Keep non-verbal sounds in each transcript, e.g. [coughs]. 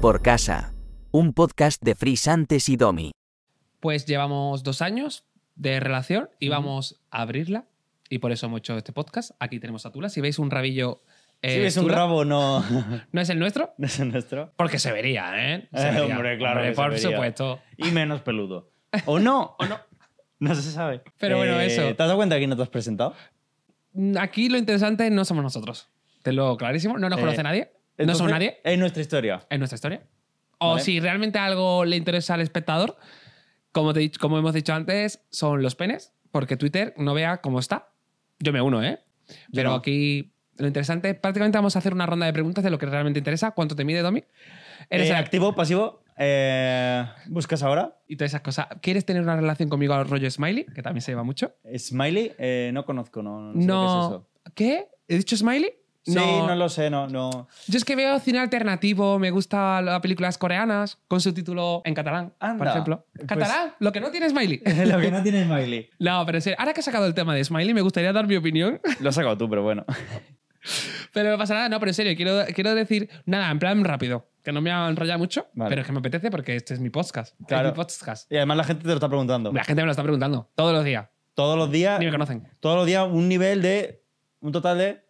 Por Casa, un podcast de Fris antes y Domi. Pues llevamos dos años de relación y vamos a abrirla. Y por eso hemos hecho este podcast. Aquí tenemos a Tula. Si veis un rabillo. eh, si ves un Tula, rabo, no, [laughs] No es el nuestro, no es el nuestro. porque se vería, ¿eh? Se Eh, vería. hombre, claro que se por vería. supuesto. Y menos [laughs] peludo. O no. o no. No se sabe. Pero bueno, Eh, eso. ¿Te has dado cuenta que no te has presentado? Aquí lo interesante no somos nosotros. Te lo clarísimo. No nos Eh, conoce nadie. no Entonces, somos nadie Es nuestra historia. en nuestra historia. O Vale. si realmente algo le interesa al espectador, como, te he dicho- como hemos dicho antes, son los penes, porque Twitter no vea cómo está. Yo me uno, ¿eh? Pero no. aquí lo interesante, prácticamente vamos a hacer una ronda de preguntas de lo que realmente interesa. ¿Cuánto te mide, Domi? Eres Eh, el activo activo, pasivo. eh, ¿Buscas ahora? y todas esas cosas. ¿Quieres tener una relación conmigo al rollo Smiley? Que también se lleva mucho. Smiley, eh, no conozco, no, no sé No. lo ¿Qué? ¿He dicho Smiley? que es eso. Sí, no lo sé, no, [laughs] no. Yo es que veo cine alternativo, me gustan las películas coreanas con su título en catalán, por Anda, ejemplo. pues- Catalán, lo que no tiene [laughs] Smiley. lo que no tiene Smiley. No, pero en serio, ahora que he sacado el tema de Smiley, me gustaría dar mi opinión, [laughs] Lo has sacado tú, pero bueno. pero no pasa nada. No, pero en serio, quiero, quiero decir nada, en plan rápido, que no me ha enrollado mucho, Vale. pero es que me apetece porque este es mi podcast. Claro. Es mi podcast. Y además la gente te lo está preguntando. La gente me lo está preguntando todos los días, Todos los días, ni me conocen. todos los días un nivel de un total de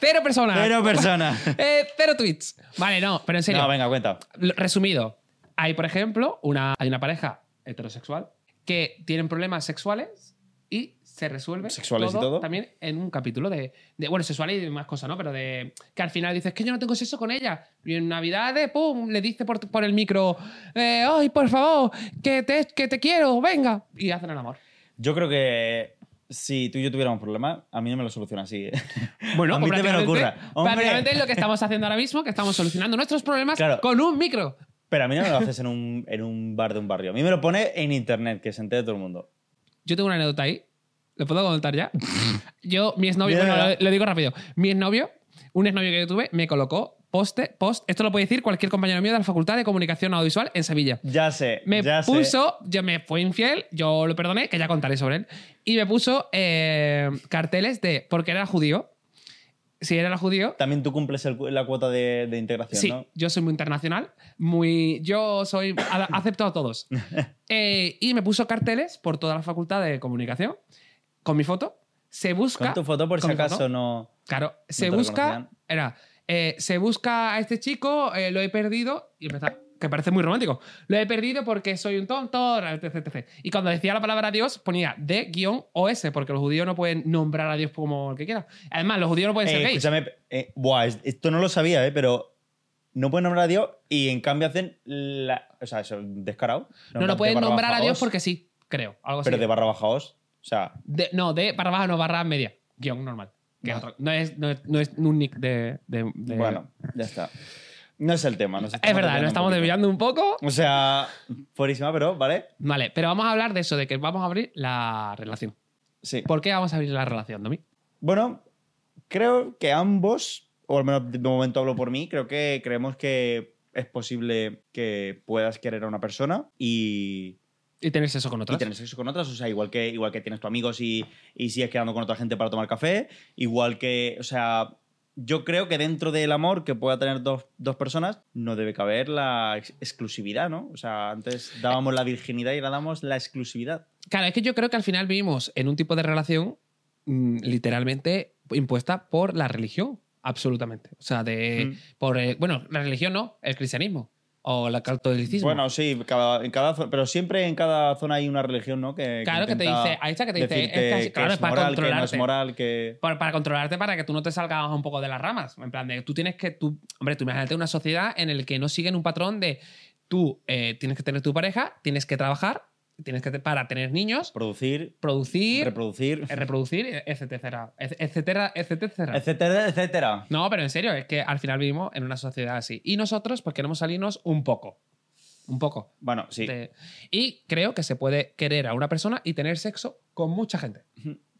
Cero personas. cero [laughs] personas. Eh, cero tweets. Vale, no, pero en Ah. serio. No, venga, cuenta. Lo- Resumido, hay, por ejemplo, una, hay una pareja heterosexual que tienen problemas sexuales y se resuelve ¿Sexuales y todo? también en un capítulo de, de- bueno sexuales y demás cosas no pero de que al final dices que yo no tengo sexo con ella y en navidades pum le dice por, por el micro eh, ay por favor que te, que te quiero venga y hacen el amor Yo creo que si tú y yo tuviéramos problemas, a mí no me lo soluciona así. ¿eh? [laughs] bueno a mí te me prácticamente- lo ocurra. prácticamente es Hombre, lo que estamos haciendo ahora mismo que estamos solucionando nuestros problemas Claro. con un micro pero a mí no me lo haces en un, en un bar de un barrio. A mí me lo pone en internet, que se entere todo el mundo. Yo tengo una anécdota ahí. ¿Lo puedo contar [laughs] ya? yo, mi exnovio, Mira, bueno, mira. lo, lo digo rápido. Mi exnovio, un exnovio que yo tuve, me colocó poste, post. Esto lo puede decir cualquier compañero mío de la Facultad de Comunicación Audiovisual en Sevilla. Ya sé, Me ya sé. puso, yo me fue infiel, yo lo perdoné, que ya contaré sobre él. Y me puso eh, carteles de porque era judío. Si era judío, También tú cumples el cu- la cuota de, de integración, Sí, ¿no? yo soy muy internacional, muy, yo soy a- acepto a [laughs] todos. Eh, y me puso carteles por toda la facultad de comunicación con mi foto. Se busca. Con tu foto, por con si mi foto. acaso, no... Claro, se te lo busca. conocían. Era. eh, se busca a este chico, eh, lo he perdido. Y empezaba. Que parece muy romántico. Lo he perdido porque soy un tonto, etc, etc. Y cuando decía la palabra Dios, ponía D-OS, porque los judíos no pueden nombrar a Dios como el que quiera. Además, los judíos no pueden Eh, ser gays. escúchame, eh, buah, es- esto no lo sabía, ¿eh? Pero no pueden nombrar a Dios y en cambio hacen la... O sea, eso, descarado. No lo de pueden barra nombrar a baja Dios os, porque sí, creo. Algo así. Pero de barra baja os. O sea, De- no, de barra baja, no, barra media. Guión normal. Que es otro- no, es, no, es, no es un nick de. de- de- bueno, ya está. No es el tema. Es nos estamos verdad, desviando nos un estamos poquito. desviando un poco. O sea, fuerísima, pero, ¿vale? Vale, pero vamos a hablar de eso, de que vamos a abrir la relación. Sí. ¿Por qué vamos a abrir la relación, Domi? Bueno, creo que ambos, o al menos de momento hablo por mí, creo que creemos que es posible que puedas querer a una persona y, Y tener sexo con y otras. tener sexo con otras. O sea, igual que, igual que tienes tu amigos y, y sigues quedando con otra gente para tomar café, igual que, o sea, yo creo que dentro del amor que pueda tener dos, dos personas no debe caber la ex- exclusividad, ¿no? O sea, antes dábamos la virginidad y ahora damos la exclusividad. Claro, es que yo creo que al final vivimos en un tipo de relación mm, literalmente impuesta por la religión, absolutamente. O sea, de. Mm. por eh, Bueno, la religión no, el cristianismo o el catolicismo. Bueno, sí, cada, en cada zo- pero siempre en cada zona hay una religión, ¿no? Que, Claro, que te intenta dice- ahí está que te dice, decirte es casi- que claro, es es para moral, que no es controlarte. moral, que... Por- para controlarte, para que tú no te salgas un poco de las ramas. En plan, de tú tienes que. Tú, hombre, tú imagínate una sociedad en la que no siguen un patrón de tú eh, tienes que tener tu pareja, tienes que trabajar tienes que, te- para tener niños, Producir, producir, reproducir, eh, reproducir, etcétera, et- etcétera, etcétera. etcétera, etcétera. No, pero en serio, es que al final vivimos en una sociedad así. Y nosotros, pues queremos salirnos un poco. Un poco. Bueno, sí. de- y creo que se puede querer a una persona y tener sexo con mucha gente.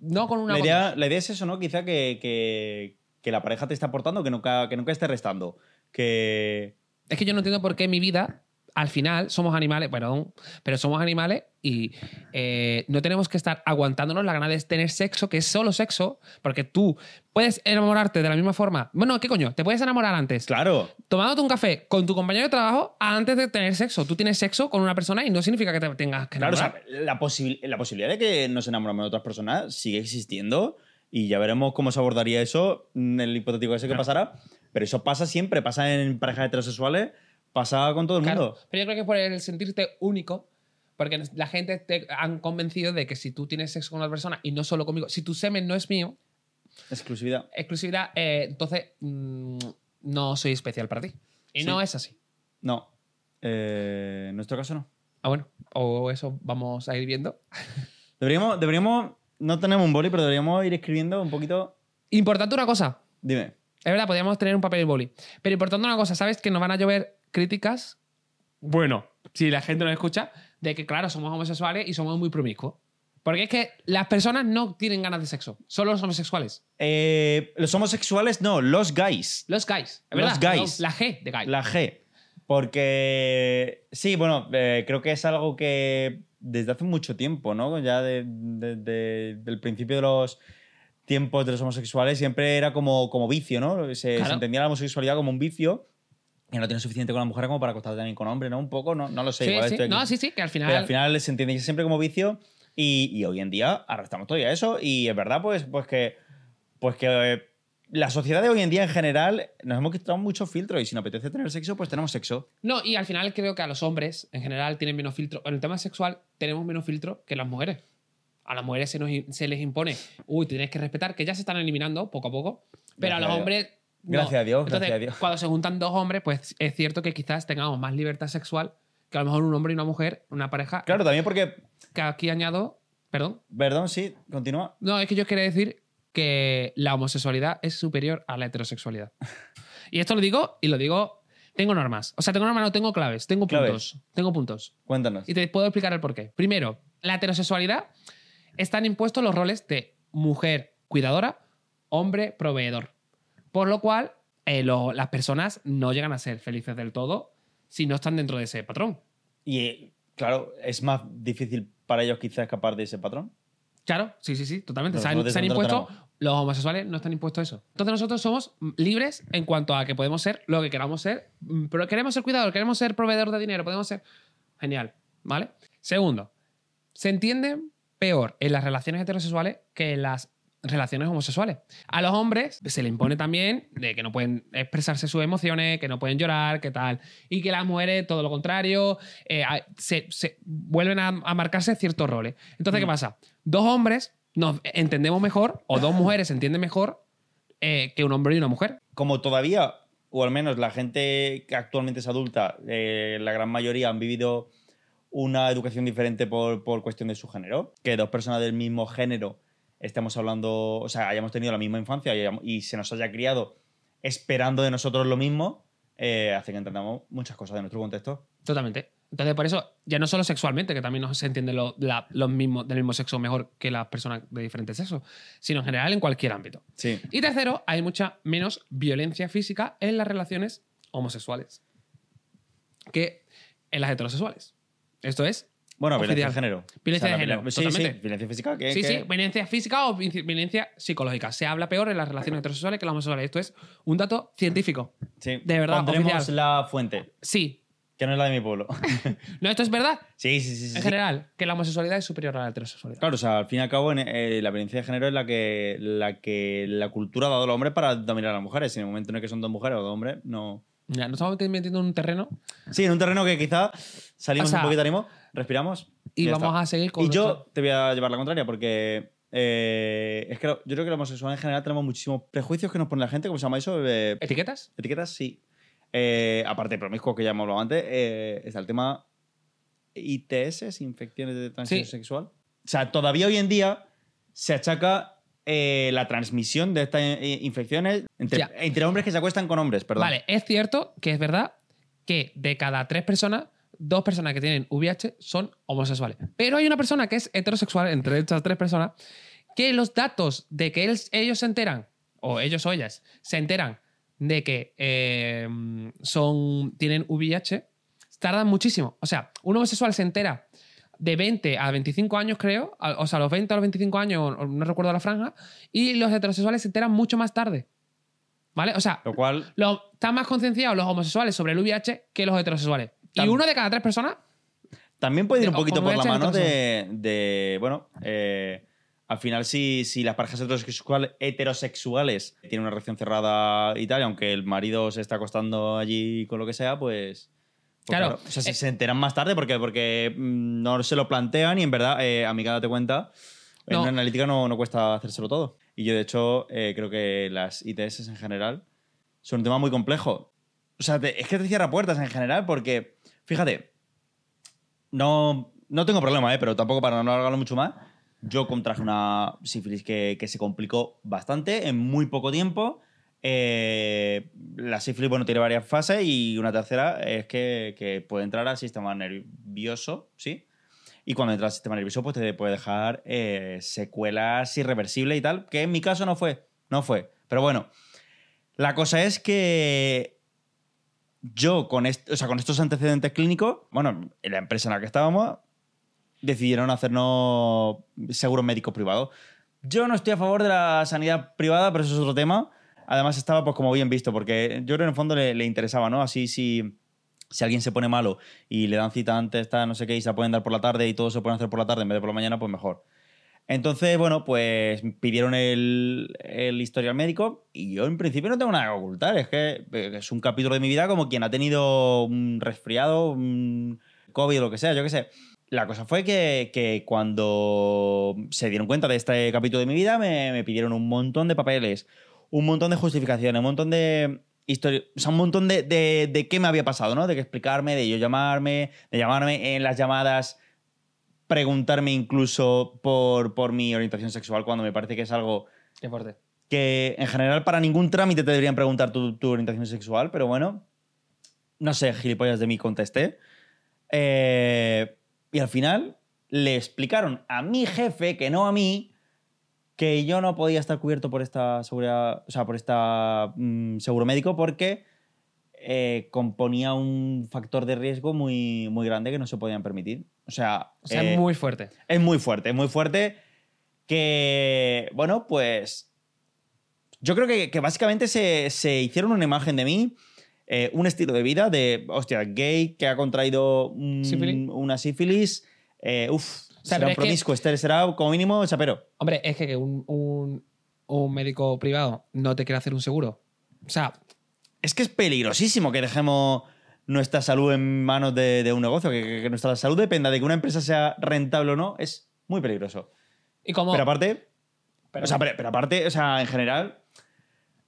No con una La persona. idea, la idea es eso, ¿no? Quizá que, que- que la pareja te está aportando, que nunca, que nunca esté restando. Que. Es que yo no entiendo por qué en mi vida, al final, somos animales, perdón, pero somos animales y eh, no tenemos que estar aguantándonos la gana de tener sexo, que es solo sexo, porque tú puedes enamorarte de la misma forma. Bueno, ¿qué coño? Te puedes enamorar antes. Claro. Tomándote un café con tu compañero de trabajo antes de tener sexo. Tú tienes sexo con una persona y no significa que te tengas que Claro, o enamorar. sea, la, posibil- la posibilidad de que nos enamoremos de otras personas sigue existiendo y ya veremos cómo se abordaría eso en el hipotético ese que pasara. Pero eso pasa siempre, pasa en parejas heterosexuales, pasa con todo el Claro, mundo. Pero yo creo que es por el sentirte único, porque la gente te han convencido de que si tú tienes sexo con una persona y no solo conmigo, si tu semen no es mío, Exclusividad. exclusividad, eh, entonces mm, no soy especial para ti. Y Sí. no es así. No. Eh, en nuestro caso no. Ah, bueno, o eso vamos a ir viendo. Deberíamos, deberíamos, no tenemos un boli, pero deberíamos ir escribiendo un poquito. Importante una cosa, Dime. es verdad, podríamos tener un papel y boli, pero importante una cosa, ¿sabes que nos van a llover críticas? Bueno, si la gente nos escucha, de que claro, somos homosexuales y somos muy promiscuos. Porque es que las personas no tienen ganas de sexo, solo los homosexuales. Eh, los homosexuales, no, los gays. Los guys. es Los verdad, perdón, guys. La G de guy. La G. Porque sí, bueno, eh, creo que es algo que desde hace mucho tiempo, ¿no? Ya de- de- de- del principio de los tiempos de los homosexuales siempre era como, como vicio, ¿no? Se, se Claro. entendía la homosexualidad como un vicio que no tiene suficiente con la mujer como para acostar también con hombre, ¿no? Un poco, no, no lo sé. sí, igual sí. estoy aquí- No, sí, sí, que al final. Pero al final se entiende siempre como vicio y, y hoy en día arrastramos todavía eso y es verdad pues, pues que, pues que eh, la sociedad de hoy en día en general nos hemos quitado mucho filtro y si nos apetece tener sexo pues tenemos sexo. No, y al final creo que a los hombres en general tienen menos filtro. En el tema sexual tenemos menos filtro que las mujeres. A las mujeres se, nos- se les impone, uy, tienes que respetar, que ya se están eliminando poco a poco, pero Gracias a a los Dios. hombres. no. Gracias a Dios, Entonces, gracias a Dios. Cuando se juntan dos hombres, pues es cierto que quizás tengamos más libertad sexual que a lo mejor un hombre y una mujer, una pareja. Claro, también porque, Que aquí añado. Perdón. perdón, sí, continúa. No, es que yo quería decir que la homosexualidad es superior a la heterosexualidad. Y esto lo digo y lo digo. Tengo normas. O sea, tengo normas, no tengo claves, tengo Claves. puntos. Tengo puntos. Cuéntanos. Y te puedo explicar el porqué. Primero, la heterosexualidad están impuestos los roles de mujer cuidadora, hombre proveedor. Por lo cual, eh, lo- las personas no llegan a ser felices del todo si no están dentro de ese patrón. Y eh, claro, es más difícil para ellos quizá escapar de ese patrón. Claro, sí, sí, sí, totalmente. Pero Se han, nosotros se han no impuesto, tratamos. los homosexuales no están impuestos a eso. Entonces nosotros somos libres en cuanto a que podemos ser lo que queramos ser, mm, pero queremos ser cuidador, queremos ser proveedor de dinero, podemos ser... Genial, ¿vale? Segundo, se entienden peor en las relaciones heterosexuales que en las relaciones homosexuales. A los hombres se les impone también de que no pueden expresarse sus emociones, que no pueden llorar, que tal, y que las mujeres todo lo contrario, eh, a- se, se vuelven a, a marcarse ciertos roles. Entonces, ¿qué pasa? Dos hombres nos entendemos mejor, o dos mujeres se entienden mejor eh, que un hombre y una mujer. como todavía, o al menos la gente que actualmente es adulta, eh, la gran mayoría han vivido una educación diferente por, por cuestión de su género, que dos personas del mismo género estemos hablando, o sea, hayamos tenido la misma infancia y, hayamos- y se nos haya criado esperando de nosotros lo mismo, eh, hace que entendamos muchas cosas de nuestro contexto. Totalmente. Entonces, por eso, ya no solo sexualmente, que también no se entiende lo- la- los mismos, del mismo sexo mejor que las personas de diferentes sexos, sino en general en cualquier ámbito. Sí. Y tercero, hay mucha menos violencia física en las relaciones homosexuales que en las heterosexuales. Esto es Bueno, violencia Oficial. de género. Violencia la de género, violen- sí, sí, totalmente. violencia física. Que, Sí, que- sí, violencia física o vi- violencia psicológica. Se habla peor en las relaciones heterosexuales que en las homosexuales. Esto es un dato científico. sí. de verdad, Pondremos oficial. la fuente, Sí. que no es la de mi pueblo. [laughs] No, esto es verdad. sí, sí, sí. sí, En sí. general, que la homosexualidad es superior a la heterosexualidad. Claro, o sea, al fin y al cabo, en- eh, la violencia de género es la que, la que la cultura ha dado a los hombres para dominar a las mujeres. En el momento en el que son dos mujeres o dos hombres, no. Ya, nos estamos metiendo en un terreno Sí, en un terreno que quizá O salimos sea, un poquito de ánimo, respiramos. y ya vamos está. a seguir con Y yo nuestro- te voy a llevar la contraria porque. eh, es que lo- yo creo que los homosexuales en general tenemos muchísimos prejuicios que nos pone la gente, ¿cómo se llama eso? Eh, etiquetas. etiquetas, sí. Eh, aparte de promiscuo que ya hemos hablado antes, eh, está el tema ITS, infecciones de transmisión Sí. sexual. O sea, todavía hoy en día se achaca eh, la transmisión de estas eh, infecciones entre, Ya. entre hombres que se acuestan con hombres, perdón. Vale, es cierto que es verdad que de cada tres personas, dos personas que tienen VIH son homosexuales. Pero hay una persona que es heterosexual entre estas tres personas que los datos de que él- ellos se enteran, o ellos o ellas, se enteran de que eh, son, tienen VIH, tardan muchísimo. O sea, un homosexual se entera de 20 a 25 años, creo, a- o sea, a los 20 a los 25 años, o- o no recuerdo la franja, y los heterosexuales se enteran mucho más tarde. ¿Vale? O sea, Lo cual, lo- están más concienciados los homosexuales sobre el VIH que los heterosexuales. Tam- Y uno de cada tres personas. También puede ir un Pero, poquito como por la hecho, mano de, de, bueno, eh, al final si, si las parejas heterosexual- heterosexuales tienen una relación cerrada y tal, y aunque el marido se está acostando allí con lo que sea, pues... pues Claro. o sea, se- Eh. se enteran más tarde porque, porque mm, no se lo plantean y en verdad, eh, amiga, date cuenta, en No. una analítica no, no cuesta hacérselo todo. Y yo, de hecho, eh, creo que las ITS en general son un tema muy complejo. O sea, te- es que te cierra puertas en general porque, fíjate, no, no tengo problema, ¿eh? pero tampoco para no alargarlo mucho más. Yo contraje una sífilis que, que se complicó bastante en muy poco tiempo. Eh, la sífilis, bueno, tiene varias fases y una tercera es que, que puede entrar al sistema nervioso, ¿sí? Y cuando entra al sistema nervioso, pues te puede dejar eh, secuelas irreversibles y tal, que en mi caso no fue, no fue. Pero bueno, la cosa es que yo con, est- o sea, con estos antecedentes clínicos, bueno, en la empresa en la que estábamos, decidieron hacernos seguros médicos privados. Yo no estoy a favor de la sanidad privada, pero eso es otro tema. Además estaba pues como bien visto, porque yo creo que en el fondo le, le interesaba, ¿no? Así si, si alguien se pone malo y le dan cita antes, tal, no sé qué, y se la pueden dar por la tarde y todo se pueden hacer por la tarde en vez de por la mañana, pues mejor. Entonces, bueno, pues pidieron el, el historial médico y yo en principio no tengo nada que ocultar. Es que eh, es un capítulo de mi vida como quien ha tenido un resfriado, un COVID o lo que sea, yo qué sé. La cosa fue que, que cuando se dieron cuenta de este capítulo de mi vida me, me pidieron un montón de papeles, un montón de justificaciones, un montón de... histori- o sea, un montón de, de, de qué me había pasado, ¿no? De que explicarme, de yo llamarme, de llamarme en las llamadas preguntarme incluso por, por mi orientación sexual cuando me parece que es algo Qué fuerte. que en general para ningún trámite te deberían preguntar tu, tu orientación sexual, pero bueno, no sé, gilipollas de mí contesté. Eh, y al final le explicaron a mi jefe, que no a mí, que yo no podía estar cubierto por esta seguridad, o sea, por esta mm, seguro médico porque eh, componía un factor de riesgo muy, muy grande que no se podían permitir. O sea, O sea, eh, es muy fuerte. es muy fuerte, es muy fuerte. Que, bueno, pues. Yo creo que, que básicamente se, se hicieron una imagen de mí, eh, un estilo de vida de, hostia, gay que ha contraído un- Sífilis. una sífilis. eh, uf, sea, será pero un es que- promiscuo, este será como mínimo chapero. Hombre, es que que un, un- un médico privado no te quiere hacer un seguro. O sea, Es que es peligrosísimo que dejemos nuestra salud en manos de, de un negocio, que- que- que nuestra salud dependa de que una empresa sea rentable o no, es muy peligroso. y como. Pero aparte, Pero- o sea, pero, pero aparte, o sea, en general,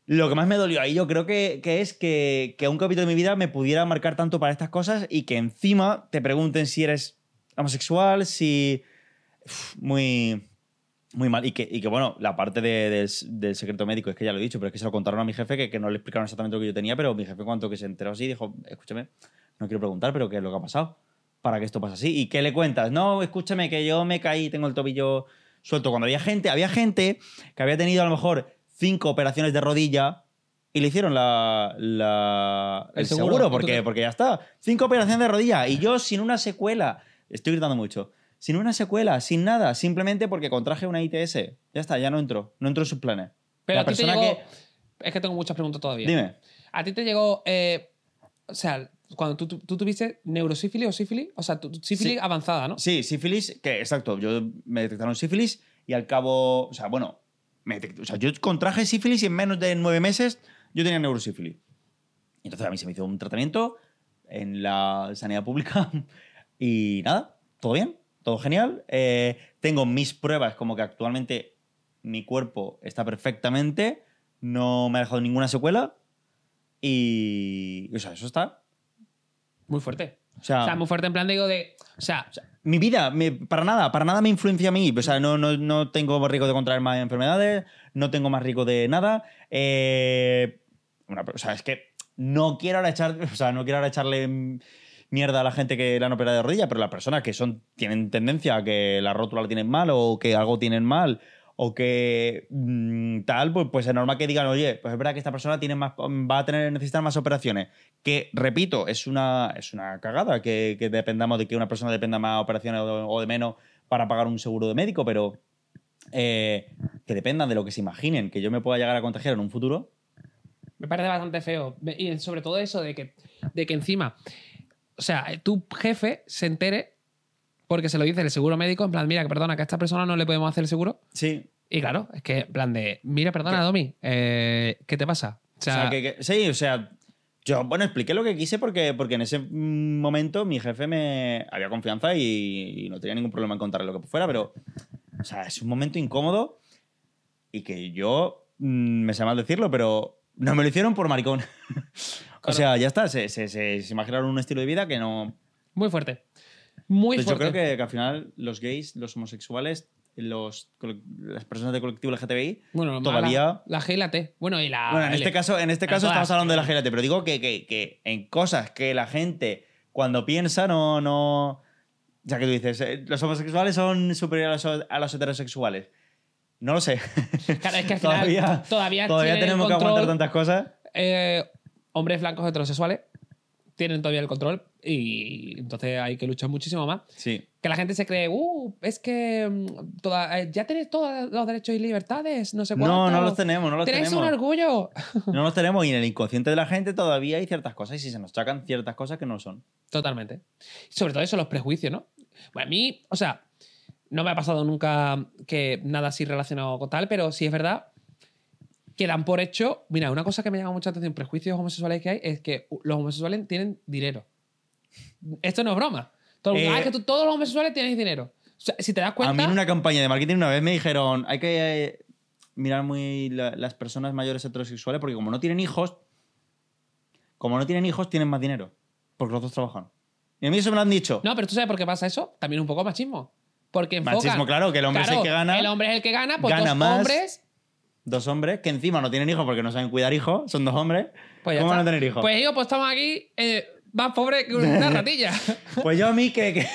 lo que más me dolió ahí yo creo que, que es que, que un capítulo de mi vida me pudiera marcar tanto para estas cosas y que encima te pregunten si eres homosexual, si... Uf, muy... Muy mal. Y que, y que, bueno, la parte de- del, del secreto médico, es que ya lo he dicho, pero es que se lo contaron a mi jefe, que, que no le explicaron exactamente lo que yo tenía, pero mi jefe, en cuanto que se enteró así, dijo, escúchame, no quiero preguntar, pero ¿qué es lo que ha pasado? ¿Para que esto pase así? ¿Y qué le cuentas? No, escúchame, que yo me caí, tengo el tobillo suelto. Cuando había gente, había gente que había tenido a lo mejor cinco operaciones de rodilla y le hicieron la, la- el, El seguro, seguro, porque, entonces- porque ya está. Cinco operaciones de rodilla y yo sin una secuela, estoy gritando mucho, sin una secuela, sin nada, simplemente porque contraje una ITS. Ya está, ya no entro, no entro en sus planes. pero la a ti te persona llegó- que- Es que tengo muchas preguntas todavía. Dime. A ti te llegó. eh, o sea, cuando tú, tú- tú tuviste neurosífilis o sífilis. O sea, tu, tu sífilis Sí. avanzada, ¿no? Sí, sífilis, que exacto, yo me detectaron sífilis y al cabo, o sea, bueno, me detect- o sea, yo contraje sífilis y en menos de nueve meses yo tenía neurosífilis. Y Entonces a mí se me hizo un tratamiento en la sanidad pública [laughs] y nada, todo bien, todo genial. Eh, tengo mis pruebas como que actualmente mi cuerpo está perfectamente, no me ha dejado ninguna secuela y, o sea, eso está. Muy fuerte. O sea, O sea, muy fuerte en plan, digo, de. O sea, mi vida, me- para nada, para nada me influencia a mí. O sea, no, no, no tengo más riesgo de contraer más enfermedades, no tengo más riesgo de nada. Eh, una- o sea, es que no quiero ahora echar, o sea, no quiero ahora echarle mm, mierda a la gente que la han operado de rodilla, pero las personas que son, tienen tendencia a que la rótula la tienen mal o que algo tienen mal o que mm, tal, pues, pues es normal que digan, oye, pues es verdad que esta persona tiene más, va a tener, necesitar más operaciones. Que, repito, es una, es una cagada que, que dependamos de que una persona dependa más de operaciones o o de menos para pagar un seguro de médico, pero eh, que dependan de lo que se imaginen que yo me pueda llegar a contagiar en un futuro. Me parece bastante feo. Y sobre todo eso de que, de que encima, o sea, eh, tu jefe se entere porque se lo dice el seguro médico, en plan, mira, que perdona, que a esta persona no le podemos hacer el seguro. Sí, Y claro, es que en plan de, mira, perdona, Domi, eh, ¿qué te pasa? O sea, O sea, que, que- sí, o sea, yo, bueno, expliqué lo que quise porque, porque en ese mm, momento mi jefe me había confianza y, y no tenía ningún problema en contarle lo que fuera, pero, o sea, es un momento incómodo y que yo, mm, me sé mal decirlo, pero no me lo hicieron por maricón. [laughs] o sea, ya está, se, se, se- se imaginaron un estilo de vida que no... muy fuerte. Muy Pues yo fuerte. creo que, que al final los gays, los homosexuales, los, col- las personas del colectivo LGTBI, bueno, todavía... La, la G y la T. Bueno, y la. Bueno, en L. este caso, en este En caso todas. estamos hablando de la GLT, pero digo que, que- que en cosas que la gente cuando piensa no... no ya que tú dices, eh, los homosexuales son superiores a los, a los heterosexuales. No lo sé. [laughs] Claro, es que al final todavía, [laughs] todavía, tienen tenemos el que aguantar control, tantas cosas. eh, hombres blancos heterosexuales tienen todavía el control y entonces hay que luchar muchísimo más. Sí. que la gente se cree, uh, es que mm, toda- eh, ya tenéis todos los derechos y libertades, no sé cuánto. No, no los tenemos, no los Tenéis un tenemos. orgullo. No los tenemos y en el inconsciente de la gente todavía hay ciertas cosas y si se nos sacan ciertas cosas que no son. Totalmente. Sobre todo eso, los prejuicios, ¿no? Bueno, a mí, o sea, no me ha pasado nunca que nada así relacionado con tal, pero sí es verdad que dan por hecho. Mira, una cosa que me llama mucha atención, prejuicios homosexuales que hay, es que los homosexuales tienen dinero. Esto no es broma. Todo el mundo, Eh, "Ah, es que tú- todos los homosexuales tienen dinero. O sea, si te das cuenta. A mí en una campaña de marketing una vez me dijeron, hay que eh, mirar muy la- las personas mayores heterosexuales porque como no tienen hijos, como no tienen hijos, tienen más dinero. Porque los dos trabajan. Y a mí eso me lo han dicho. No, pero tú sabes por qué pasa eso. También un poco machismo. Porque enfocan- Machismo, claro, que el hombre es el que gana. El hombre es el que gana, pues Gana dos más. hombres. Dos hombres que encima no tienen hijos porque no saben cuidar hijos, son dos hombres. Pues ya ¿Cómo está. van a tener hijos? Pues ellos, pues estamos aquí eh, más pobres que [laughs] una ratilla. Pues yo a mí que... que-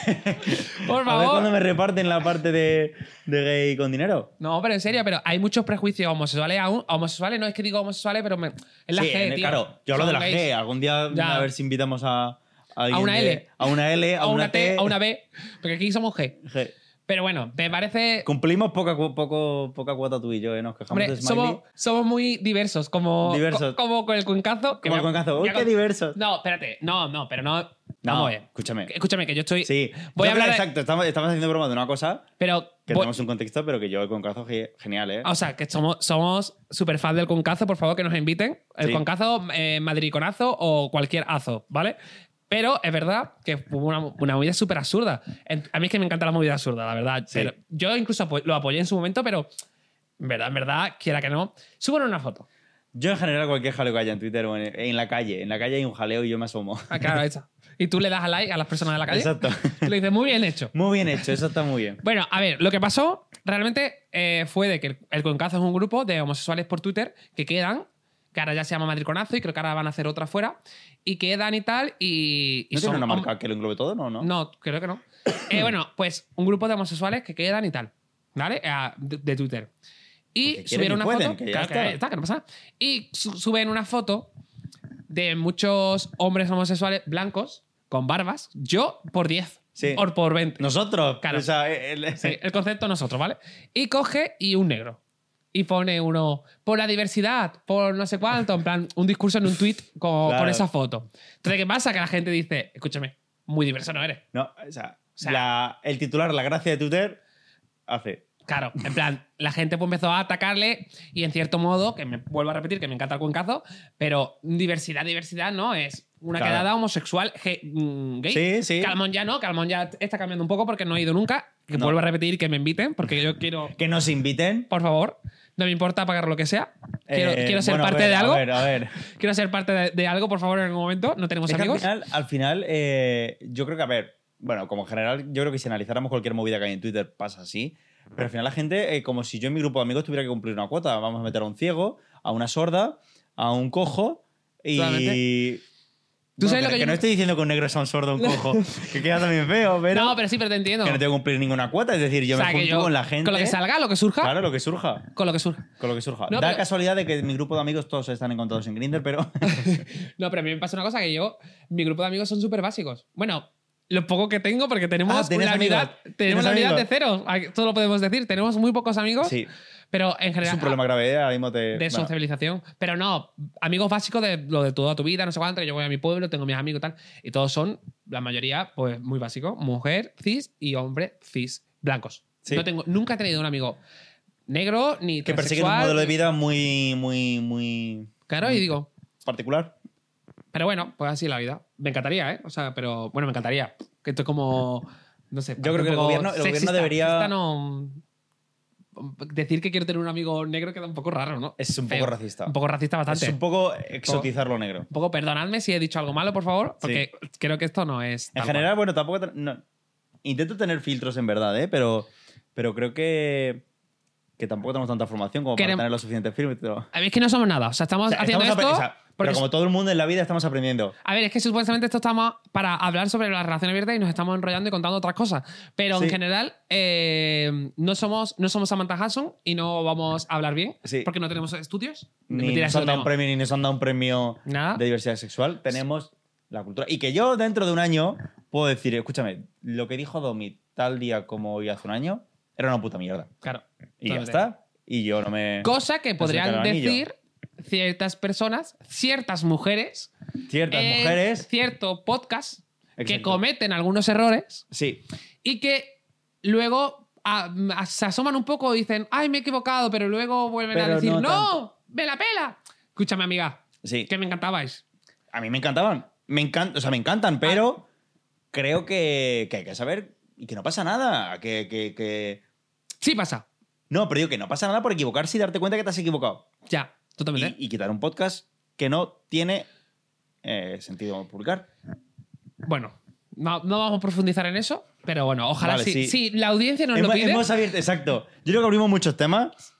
[laughs] Por [laughs] A ver cuándo favor. me reparten la parte de, de gay con dinero. No, pero en serio, pero hay muchos prejuicios homosexuales aún. Homosexuales, no es que digo homosexuales, pero me- es la Sí, G, en- tío. Claro, yo hablo de la Son G. gays. Algún día Ya. a ver si invitamos a... A, alguien una de- L. A una L, a, A una T, a una B. Porque aquí somos G. G. Pero bueno, me parece. Cumplimos poca, cu- poco, poca cuota tú y yo, ¿eh? Nos quejamos Hombre, de Smiley. somos, somos muy diversos, como, Diversos. co- como con el cuencazo. que Como el me- cuencazo. me Uy, ha- qué diversos. No, espérate. No, no, pero no. No, vamos a ver. escúchame. Escúchame, que yo estoy. Sí. Voy Yo a creo- hablar. de- Exacto, estamos, estamos haciendo broma de una cosa Pero. que voy- Ah. tenemos un contexto, pero que yo el cuencazo ge- genial, ¿eh? O sea, que somos, somos super fan del Concazo, por favor, que nos inviten. El Sí. Concazo, eh, Madriconazo o cualquier azo, ¿vale? Pero es verdad que fue una, una movida súper absurda. En- A mí es que me encanta la movida absurda, la verdad. Sí. Pero yo incluso apo- lo apoyé en su momento, pero en verdad, en verdad, quiera que no. Suban una foto. Yo en general cualquier jaleo que haya en Twitter o en, en la calle. En la calle hay un jaleo y yo me asomo. [laughs] Ah, claro, esa. Y tú le das a like a las personas de la calle. [laughs] Exacto. Y le dices, muy bien hecho. Muy bien hecho, eso está muy bien. Bueno, a ver, lo que pasó realmente eh, fue de que el, el Concazo es un grupo de homosexuales por Twitter que quedan, que ahora ya se llama Madriconazo y creo que ahora van a hacer otra fuera, y quedan y tal, y... y ¿No tiene una hom- marca que lo englobe todo? No, no. No, creo que no. [coughs] Eh, bueno, pues un grupo de homosexuales que quedan y tal, ¿vale? Eh, de, de Twitter. Y Porque quieren y subieron una pueden, foto... que ya claro, está. que que no pasa nada. Y su- suben una foto de muchos hombres homosexuales blancos con barbas, yo por 10, Sí. o por 20. Nosotros. Claro. O sea, el- el- Sí, el concepto nosotros, ¿vale? Y coge y un negro. Y pone uno, por la diversidad, por no sé cuánto, en plan, un discurso en un tweet con, Claro. con esa foto. Entonces, ¿qué pasa? Que la gente dice, escúchame, muy diverso no eres. No, o sea, sea- la- el titular, la gracia de Twitter, hace. Claro, en plan, la gente pues empezó a atacarle y en cierto modo, que me vuelvo a repetir que me encanta el cuencazo, pero diversidad, diversidad no es una Claro. quedada homosexual ge- mm, gay. Sí, sí. Calmón ya no, Calmón ya está cambiando un poco porque no he ido nunca. Que No. vuelvo a repetir que me inviten porque yo quiero Que nos inviten. por favor. no me importa pagar lo que sea. Quiero, Eh, quiero ser bueno, a parte ver, de algo. A ver, a ver. Quiero ser parte de, de algo, por favor, en algún momento. No tenemos Es que al amigos. final, al final eh, yo creo que, a ver, bueno, como en general, yo creo que si analizáramos cualquier movida que hay en Twitter pasa así. Pero al final la gente, eh, como si yo en mi grupo de amigos tuviera que cumplir una cuota. Vamos a meter a un ciego, a una sorda, a un cojo y... Totalmente. ¿Tú Bueno, sabes lo que que, yo- no estoy diciendo que un negro sea un sordo o un cojo, que queda también feo, [laughs] pero, no, pero sí, pero te entiendo. que no tengo que cumplir ninguna cuota. Es decir, yo O sea, me que junto yo- con la gente. Con lo que salga, lo que surja. Claro, lo que surja. Con lo que surja. Con lo que surja. No, da pero- casualidad de que en mi grupo de amigos todos están encontrados en Grindr, pero... No, pero a mí me pasa una cosa que yo, mi grupo de amigos son súper básicos. Bueno, lo poco que tengo, porque Ah, tenemos ¿tenés la amigos? unidad, tenemos ¿Tienes la unidad de amigos? cero. Todo lo podemos decir. Tenemos muy pocos amigos, [laughs] sí, pero en general. es un problema grave. eh, Ahora mismo te... De bueno. sociabilización. Pero no, amigos básicos de lo de toda tu vida, no sé cuánto. Yo voy a mi pueblo, tengo mis amigos y tal. Y todos son, la mayoría, pues muy básicos. Mujer cis y hombre cis, blancos. Sí. No tengo, nunca he tenido un amigo negro ni que persigue un transexual. modelo de vida muy, muy, muy Claro, y digo, particular. Pero bueno, pues así es la vida. Me encantaría, ¿eh? O sea, pero bueno, me encantaría. Que esto es como. No sé. creo que el un poco gobierno- el gobierno sexista. debería- Sexista no- mm, Decir que quiero tener un amigo negro queda un poco raro, ¿no? Es un poco Feo. racista. Un poco racista bastante. Es un poco exotizar lo negro. Un poco, perdonadme si he dicho algo malo, por favor, porque creo que esto no es. En tal general, bueno, tampoco... te- no. Intento tener filtros en verdad, ¿eh? Pero, pero creo que, que tampoco tenemos tanta formación como Querem- para tener los suficientes filtros. cual. A ver, es que no somos nada. O sea, estamos O sea, haciendo estamos apre- esto. o sea, porque pero como todo el mundo en la vida estamos aprendiendo. A ver, es que supuestamente esto estamos para hablar sobre la relación abierta y nos estamos enrollando y contando otras cosas. Pero en Sí. general, eh, no, somos, no somos Samantha Hudson y no vamos a hablar bien Sí. porque no tenemos estudios. Ni Mentira, nos eso han dado no. un premio, ni nos han dado un premio Nada. de diversidad sexual. Tenemos la cultura. Y que yo dentro de un año puedo decir, escúchame, lo que dijo Domi tal día como hoy hace un año era una puta mierda. Claro. Y ya totalmente. está. Y yo no me. Cosa que podrían sacar el anillo. decir ciertas personas, ciertas mujeres, Ciertas en mujeres. cierto podcast eh, que Exacto. cometen algunos errores Sí. y que luego ah, ah, se asoman un poco y dicen, ay, me he equivocado, pero luego vuelven a Pero decir, no, no tanto. me la pela. Escúchame, amiga, Sí. que me encantabais. A mí me encantaban. Me encan- O sea, me encantan, Ah. pero creo que, que hay que saber y que no pasa nada. Que, que, que. Sí pasa, No, pero digo que no pasa nada por equivocarse y darte cuenta que te has equivocado. ya, totalmente. Y, y quitar un podcast que no tiene eh, sentido publicar. Bueno, no, no vamos a profundizar en eso, pero bueno, ojalá Vale, sí. sí. Si la audiencia nos lo Hemos, pide, hemos abierto, exacto. Yo creo que abrimos muchos temas,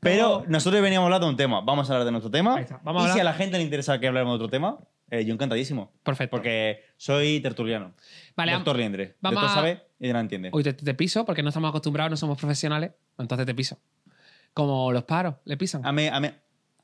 pero No. nosotros veníamos hablando de un tema. Vamos a hablar de nuestro tema. Ahí está, vamos a y si a hablar. la gente le interesa que hablemos de otro tema, eh, yo encantadísimo. perfecto. Porque soy tertuliano. Vale, doctor am- Liendre. vamos de todo a- sabe y de nada entiende. Hoy te, te piso porque no estamos acostumbrados, no somos profesionales, entonces te piso. Como los paros, le pisan. Ame- ame-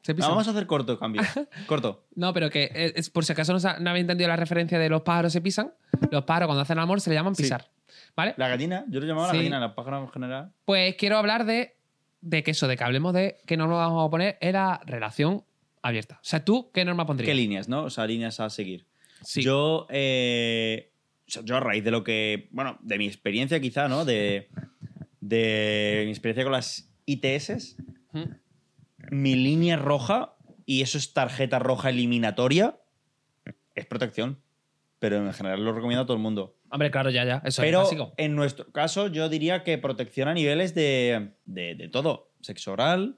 se pisan. Vamos a hacer [laughs] corto cambio. corto. No, pero que eh, es, por si acaso no, sa- no habéis entendido la referencia de los pájaros se pisan, los pájaros cuando hacen amor se le llaman Sí. pisar. ¿Vale? La gallina, yo lo llamaba Sí. la gallina, la pájara en general. Pues quiero hablar de, de que eso, de que hablemos de que no nos vamos a poner, era relación abierta. O sea, tú, ¿qué norma pondrías? ¿Qué líneas, no? O sea, líneas a seguir. Sí. Yo, eh, o sea, yo a raíz de lo que, bueno, de mi experiencia quizá, ¿no? De, de mi experiencia con las ITS, Ujú. mi línea roja, y eso es tarjeta roja eliminatoria, es protección. Pero en general lo recomiendo a todo el mundo. Hombre, claro, ya, ya. Eso es Pero básico. en nuestro caso yo diría que protección a niveles de, de, de todo. Sexo oral,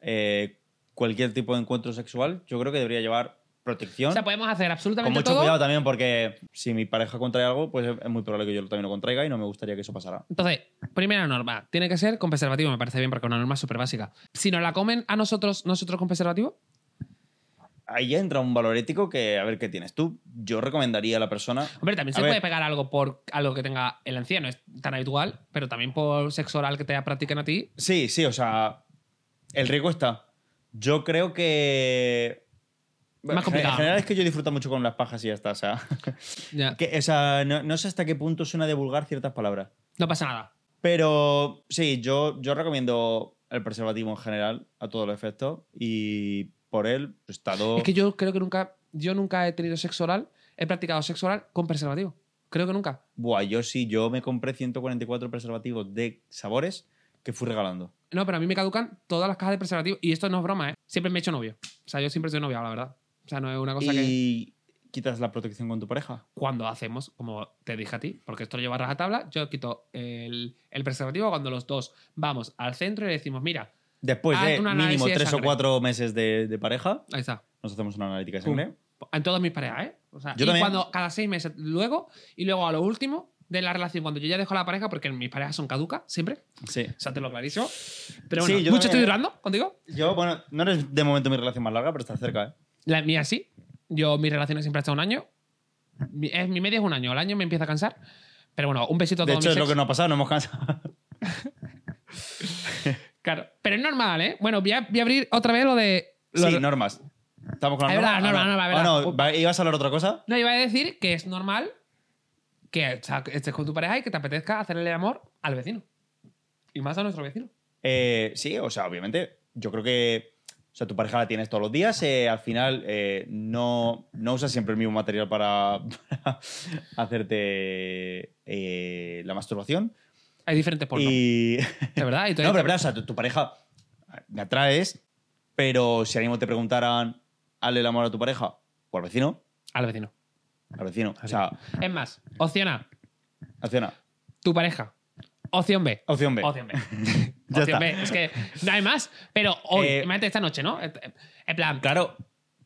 eh, cualquier tipo de encuentro sexual, yo creo que debería llevar protección. O sea, podemos hacer Con absolutamente mucho todo. cuidado también, porque si mi pareja contrae algo, pues es muy probable que yo también lo contraiga y no me gustaría que eso pasara. Entonces, primera norma, tiene que ser con preservativo, me parece bien, porque es una norma súper básica. Si nos la comen a nosotros, nosotros con preservativo, Ahí ya entra un valor ético que, a ver, ¿qué tienes tú? Yo recomendaría a la persona. hombre, también A se ver. puede pegar algo por algo que tenga el encía, no es tan habitual, pero también por sexo oral que te practiquen a ti. Sí, sí, o sea, el riesgo está. Yo creo que. Más en- complicado. En general es que yo disfruto mucho con las pajas y ya está. O sea, [laughs] Ya, que- o sea, no, no sé hasta qué punto suena divulgar ciertas palabras. No pasa nada. Pero sí, yo, yo recomiendo el preservativo en general a todos los efectos y por él, pues, su estado. Es que yo creo que nunca, yo nunca he tenido sexo oral, he practicado sexo oral con preservativo. Creo que nunca. Buah, yo sí, yo me compré 144 preservativos de sabores que fui regalando. No, pero a mí me caducan todas las cajas de preservativo y esto no es broma, ¿eh? Siempre me he hecho novio. O sea, yo siempre soy novia, la verdad. O sea, no es una cosa que... y quitas la protección con tu pareja. cuando hacemos, como te dije a ti, porque esto lo lleva a rajatabla, yo quito el, el preservativo cuando los dos vamos al centro y le decimos, mira, Después Haz de un Ah, análisis mínimo de tres o sangre. cuatro meses de, de pareja, Ahí está. nos hacemos una analítica de Pum. sangre. En todas mis parejas, ¿eh? O sea, Yo y también. cuando cada seis meses luego, y luego a lo último de la relación, cuando yo ya dejo la pareja, porque mis parejas son caducas siempre, Sí. o sea, te lo clarísimo. Pero Sí, bueno, mucho yo también, estoy ¿eh? durando contigo. Yo, bueno, no eres de momento mi relación más larga, pero está cerca, ¿eh? La mía sí. Yo, mis relaciones siempre hasta un año. Mi, es, mi media es un año. Al año me empieza a cansar. Pero bueno, un besito a De todos hecho, mis es lo ex. que nos ha pasado, nos hemos cansado. [laughs] Claro. Pero es normal, ¿eh? Bueno, voy a, voy a abrir otra vez lo de. lo- Sí, normas. Estamos con las Es verdad, normas. norma, Ah, no. norma, es Ah, verdad. no, va- ¿ibas a hablar otra cosa? No, iba a decir que es normal que o sea, que estés con tu pareja y que te apetezca hacerle el amor al vecino. Y más a nuestro vecino. Eh, sí, o sea, obviamente. Yo creo que. O sea, tu pareja la tienes todos los días. eh, al final, eh, no, no usas siempre el mismo material para, para hacerte eh, la masturbación. Hay diferentes formas. Y. De verdad. Y tú [laughs] No, pero, pero, o sea, tu, tu pareja me atraes, pero si ánimo te preguntaran, hazle el amor a tu pareja o al vecino, Al vecino. al vecino. O sea, Es más, opción A, opción A, tu pareja. Opción B. opción B. Opción B. [laughs] Ya Opción está. B. Es que no hay más. Pero hoy, Eh, imagínate esta noche, ¿no? En plan, Claro,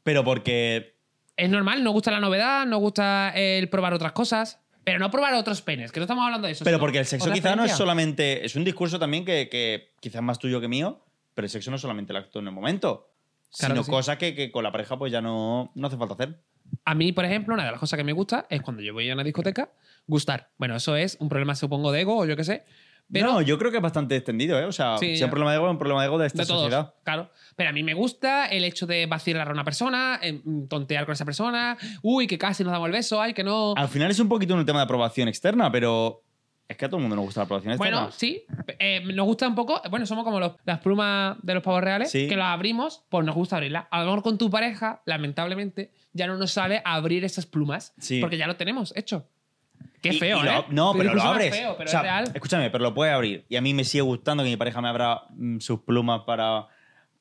pero porque. es normal, no gusta la novedad, no gusta el probar otras cosas, pero no probar otros penes, que no estamos hablando de eso. Pero sino porque el sexo otra quizá no es experiencia. solamente. Es un discurso también que, que quizás más tuyo que mío, pero el sexo no es solamente el acto en el momento, Claro sino que sí. cosas que, que con la pareja pues ya no, no hace falta hacer. A mí, por ejemplo, una de las cosas que me gusta es cuando yo voy a una discoteca, gustar. Bueno, eso es un problema, supongo, de ego o yo qué sé. Pero no, yo creo que es bastante extendido, ¿eh? O sea, Sí, si ya. es un problema de ego, es un problema de ego de esta de todos, sociedad. claro. Pero a mí me gusta el hecho de vacilar a una persona, eh, mm, tontear con esa persona, uy, que casi nos damos el beso, ay, que no. Al final es un poquito un tema de aprobación externa, pero es que a todo el mundo nos gusta la aprobación externa. Bueno, sí, eh, nos gusta un poco. Bueno, somos como los- las plumas de los pavos reales, Sí. que las abrimos, pues nos gusta abrirlas. A lo mejor con tu pareja, lamentablemente, ya no nos sale abrir esas plumas, Sí. porque ya lo tenemos hecho. Qué Y- feo, y lo- ¿eh? no, pero lo incluso más abres. feo, pero O sea, es real. Escúchame, pero lo puedes abrir. Y a mí me sigue gustando que mi pareja me abra mm, sus plumas para,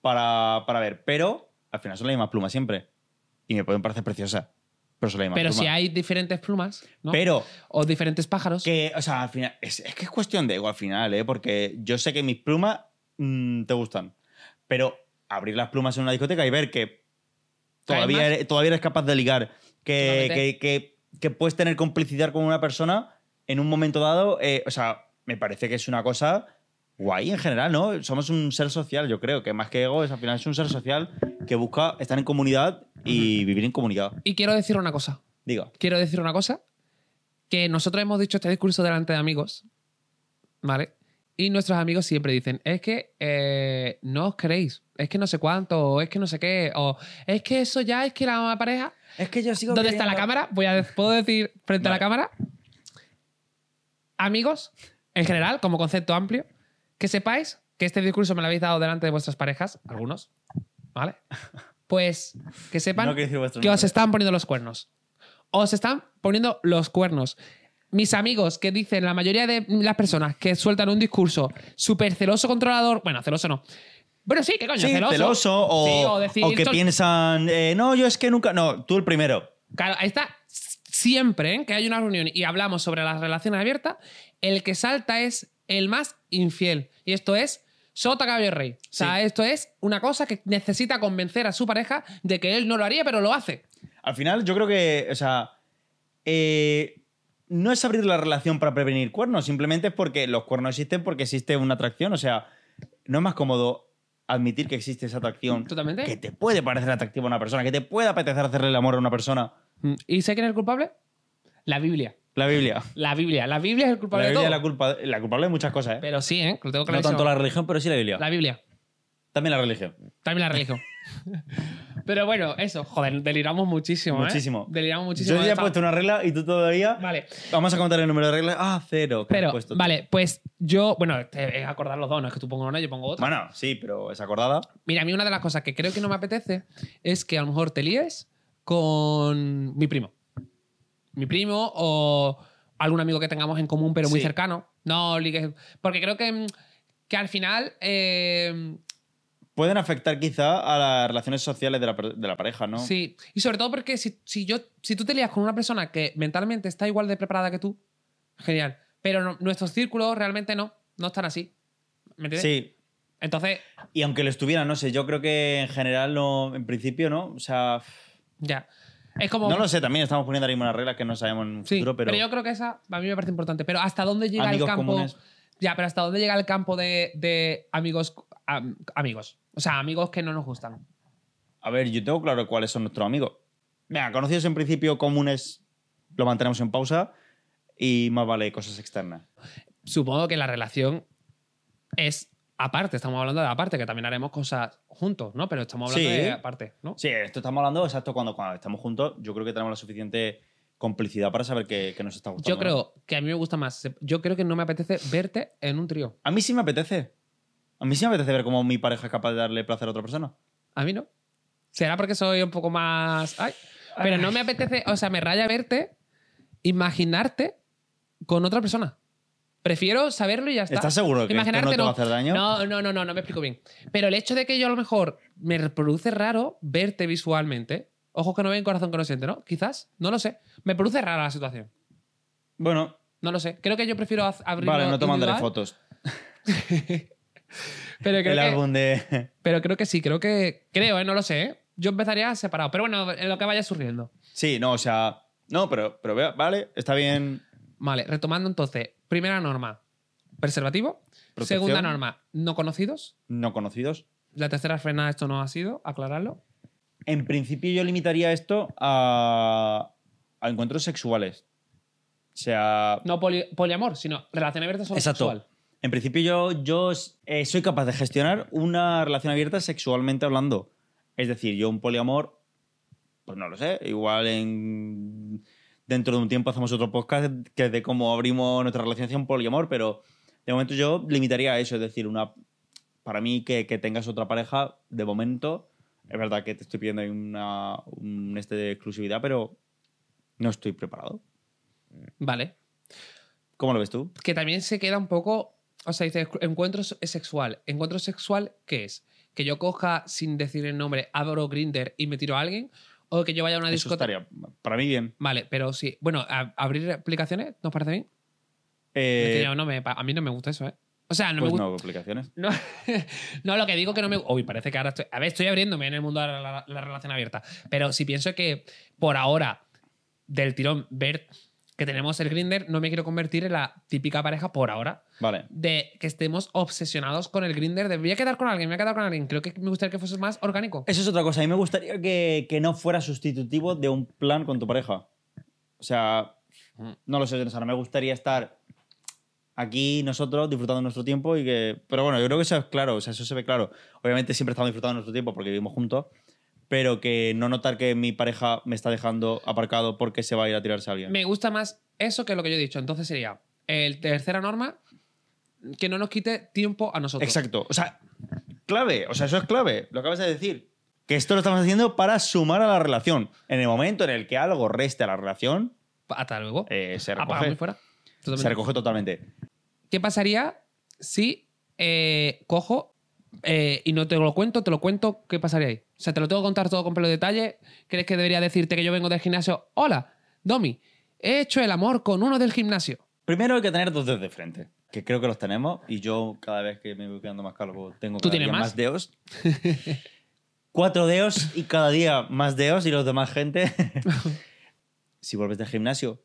para, para ver. Pero al final son las mismas plumas siempre. Y me pueden parecer preciosas. Pero son las mismas Pero plumas. si hay diferentes plumas, ¿no? Pero o diferentes pájaros. que, o sea, al final. Es, es que es cuestión de ego al final, ¿eh? Porque yo sé que mis plumas mm, te gustan. Pero abrir las plumas en una discoteca y ver que todavía Además- eres, todavía eres capaz de ligar, que, Totalmente. que, que- que puedes tener complicidad con una persona en un momento dado, eh, o sea, me parece que es una cosa guay en general, ¿no? Somos un ser social, yo creo, que más que ego, es, al final es un ser social que busca estar en comunidad y vivir en comunidad. Y quiero decir una cosa. Diga. Quiero decir una cosa. Que nosotros hemos dicho este discurso delante de amigos, ¿vale? Y nuestros amigos siempre dicen, es que eh, no os queréis, es que no sé cuánto, o es que no sé qué, o es que eso ya es que la pareja... Es que yo sigo... ¿Dónde está la cámara? Voy a, ¿Puedo decir frente a la Vale. cámara? Amigos, en general, como concepto amplio, que sepáis que este discurso me lo habéis dado delante de vuestras parejas, algunos, ¿vale? Pues que sepan No quiero decir vuestros que os nombres. están poniendo los cuernos. Os están poniendo los cuernos. Mis amigos que dicen, la mayoría de las personas que sueltan un discurso súper celoso, controlador, bueno, celoso no. Bueno, sí, ¿qué coño? Sí, celoso, celoso. o, Sí, o decir, o que son- piensan, eh, no, yo es que nunca, no, tú el primero. Claro, ahí está. Siempre ¿eh? que hay una reunión y hablamos sobre las relaciones abiertas, el que salta es el más infiel. Y esto es sota caballo y rey. O sea, Sí. esto es una cosa que necesita convencer a su pareja de que él no lo haría, pero lo hace. Al final, yo creo que, o sea, eh, no es abrir la relación para prevenir cuernos, simplemente es porque los cuernos existen porque existe una atracción. O sea, no es más cómodo admitir que existe esa atracción. Totalmente. Que te puede parecer atractiva a una persona, que te puede apetecer hacerle el amor a una persona. Mm. ¿Y sé quién es el culpable? La Biblia. La Biblia. La Biblia. La Biblia es el La culpable Biblia es de la, todo. culpa, la culpable de muchas cosas, ¿eh? Pero sí, ¿eh? Lo tengo No clarísimo. tanto la religión, pero sí la Biblia. la Biblia. También la religión. También la [laughs] religión. pero bueno, eso. Joder, deliramos muchísimo, ¿eh? Muchísimo. Deliramos Yo muchísimo. ya he Estaba- puesto una regla y tú todavía. Vale. Vamos a contar el número de reglas. Ah, cero. que Pero, has puesto tú. vale, pues yo, bueno, te- es acordar los dos, no es que tú pongas una, yo pongo otra. Bueno, sí, pero es acordada. Mira, a mí una de las cosas que creo que no me apetece es que a lo mejor te líes con mi primo. Mi primo o algún amigo que tengamos en común, pero muy Sí. cercano. No ligues. Porque creo que, mm, que al final. eh, pueden afectar quizá a las relaciones sociales de la, per- de la pareja, ¿no? Sí. Y sobre todo porque si, si yo, si tú te lías con una persona que mentalmente está igual de preparada que tú, genial. Pero no- nuestros círculos realmente no, no están así. ¿Me entiendes? Sí. Entonces, Y aunque lo estuviera, no sé, yo creo que en general, no, en principio, ¿no? O sea, ya. Es como. no lo sé, también estamos poniendo ahora mismo unas reglas que no sabemos en un Sí, futuro, pero, yo creo que esa a mí me parece importante. Pero hasta dónde llega Amigos el campo. comunes. Ya, pero hasta dónde llega el campo de, de amigos. am- amigos. O sea, amigos que no nos gustan. a ver, yo tengo claro cuáles son nuestros amigos. Mira, conocidos en principio comunes lo mantenemos en pausa y más vale cosas externas. Supongo que la relación es aparte. Estamos hablando de aparte, que también haremos cosas juntos, ¿no? Pero estamos hablando Sí. de aparte, ¿no? Sí, esto estamos hablando exacto cuando, cuando estamos juntos. Yo creo que tenemos la suficiente complicidad para saber que, que nos está gustando. Yo ¿no? creo que a mí me gusta más. Yo creo que no me apetece verte en un trío. A mí sí me apetece. A mí sí me apetece ver cómo mi pareja es capaz de darle placer a otra persona. A mí no. Será porque soy un poco más. Ay, pero no me apetece. O sea, me raya verte, imaginarte con otra persona. Prefiero saberlo y ya está. ¿Estás seguro que esto no te va a hacer daño? No, no, no, no, no me explico bien. Pero el hecho de que yo a lo mejor me produce raro verte visualmente. Ojos que no ven, corazón que no siente, ¿no? Quizás, no lo sé. Me produce rara la situación. Bueno, No lo sé. Creo que yo prefiero haz- abrirlo vale, no te mandaré individual, fotos. Pero creo que- El álbum de. [laughs] Pero creo que sí, creo que. Creo, ¿eh? no lo sé. ¿eh? Yo empezaría separado. Pero bueno, en lo que vaya surgiendo. Sí, no, o sea. No, pero, pero vea, vale, está bien. Vale, retomando entonces. Primera norma, preservativo. Protección. Segunda norma, no conocidos. No conocidos. La tercera frena, esto no ha sido, aclararlo. En principio, yo limitaría esto a. a encuentros sexuales. O sea. No poli- poliamor, sino relación abierta solo sexual. En principio, yo, yo eh, soy capaz de gestionar una relación abierta sexualmente hablando. Es decir, yo un poliamor, pues no lo sé. Igual en, dentro de un tiempo hacemos otro podcast que es de cómo abrimos nuestra relación hacia un poliamor, pero de momento yo limitaría a eso. Es decir, una para mí que, que tengas otra pareja, de momento, es verdad que te estoy pidiendo ahí una, un este de exclusividad, pero no estoy preparado. Vale. ¿Cómo lo ves tú? Que también se queda un poco. O sea, dice encuentro se- sexual. ¿Encuentro sexual qué es? ¿Que yo coja sin decir el nombre, abro Grinder y me tiro a alguien? ¿O que yo vaya a una Eso discoteca? estaría, para mí bien. Vale, pero sí. Bueno, a- ¿abrir aplicaciones? ¿Nos parece bien? Es que Eh, yo no me pa- a mí no me gusta eso, ¿eh? O sea, no pues me no, gusta. complicaciones. No. [laughs] No, lo que digo que no me. Uy, parece que ahora estoy. A ver, estoy abriéndome en el mundo de la, la- la relación abierta. Pero si pienso que por ahora, del tirón, ver que tenemos el grinder, no me quiero convertir en la típica pareja por ahora Vale. de que estemos obsesionados con el grinder. De voy a quedar con alguien, me voy a quedar con alguien. Creo que me gustaría que fuese más orgánico. Eso es otra cosa. A mí me gustaría que, que no fuera sustitutivo de un plan con tu pareja. O sea, no lo sé, o sea, no me gustaría estar aquí nosotros disfrutando de nuestro tiempo y que... Pero bueno, yo creo que eso es claro, o sea, eso se ve claro. Obviamente siempre estamos disfrutando de nuestro tiempo porque vivimos juntos, pero que no notar que mi pareja me está dejando aparcado porque se va a ir a tirarse a alguien. Me gusta más eso que lo que yo he dicho. Entonces sería el tercera norma que no nos quite tiempo a nosotros. Exacto. O sea, clave. O sea, eso es clave. Lo acabas de decir. Que esto lo estamos haciendo para sumar a la relación. En el momento en el que algo reste a la relación, Hasta luego. eh, se Apagamos recoge. y fuera. Se Totalmente. recoge totalmente. ¿Qué pasaría si eh, cojo eh, y no te lo cuento, te lo cuento? ¿Qué pasaría ahí? O sea, te lo tengo que contar todo con pelo de detalle. ¿Crees que debería decirte que yo vengo del gimnasio? Hola, Domi, he hecho el amor con uno del gimnasio. Primero hay que tener dos dedos de frente, que creo que los tenemos, y yo cada vez que me voy quedando más calvo tengo ¿Tú cada tienes día más? [laughs] más dedos. Cuatro dedos y cada día más dedos y los demás [laughs] gente. si vuelves del gimnasio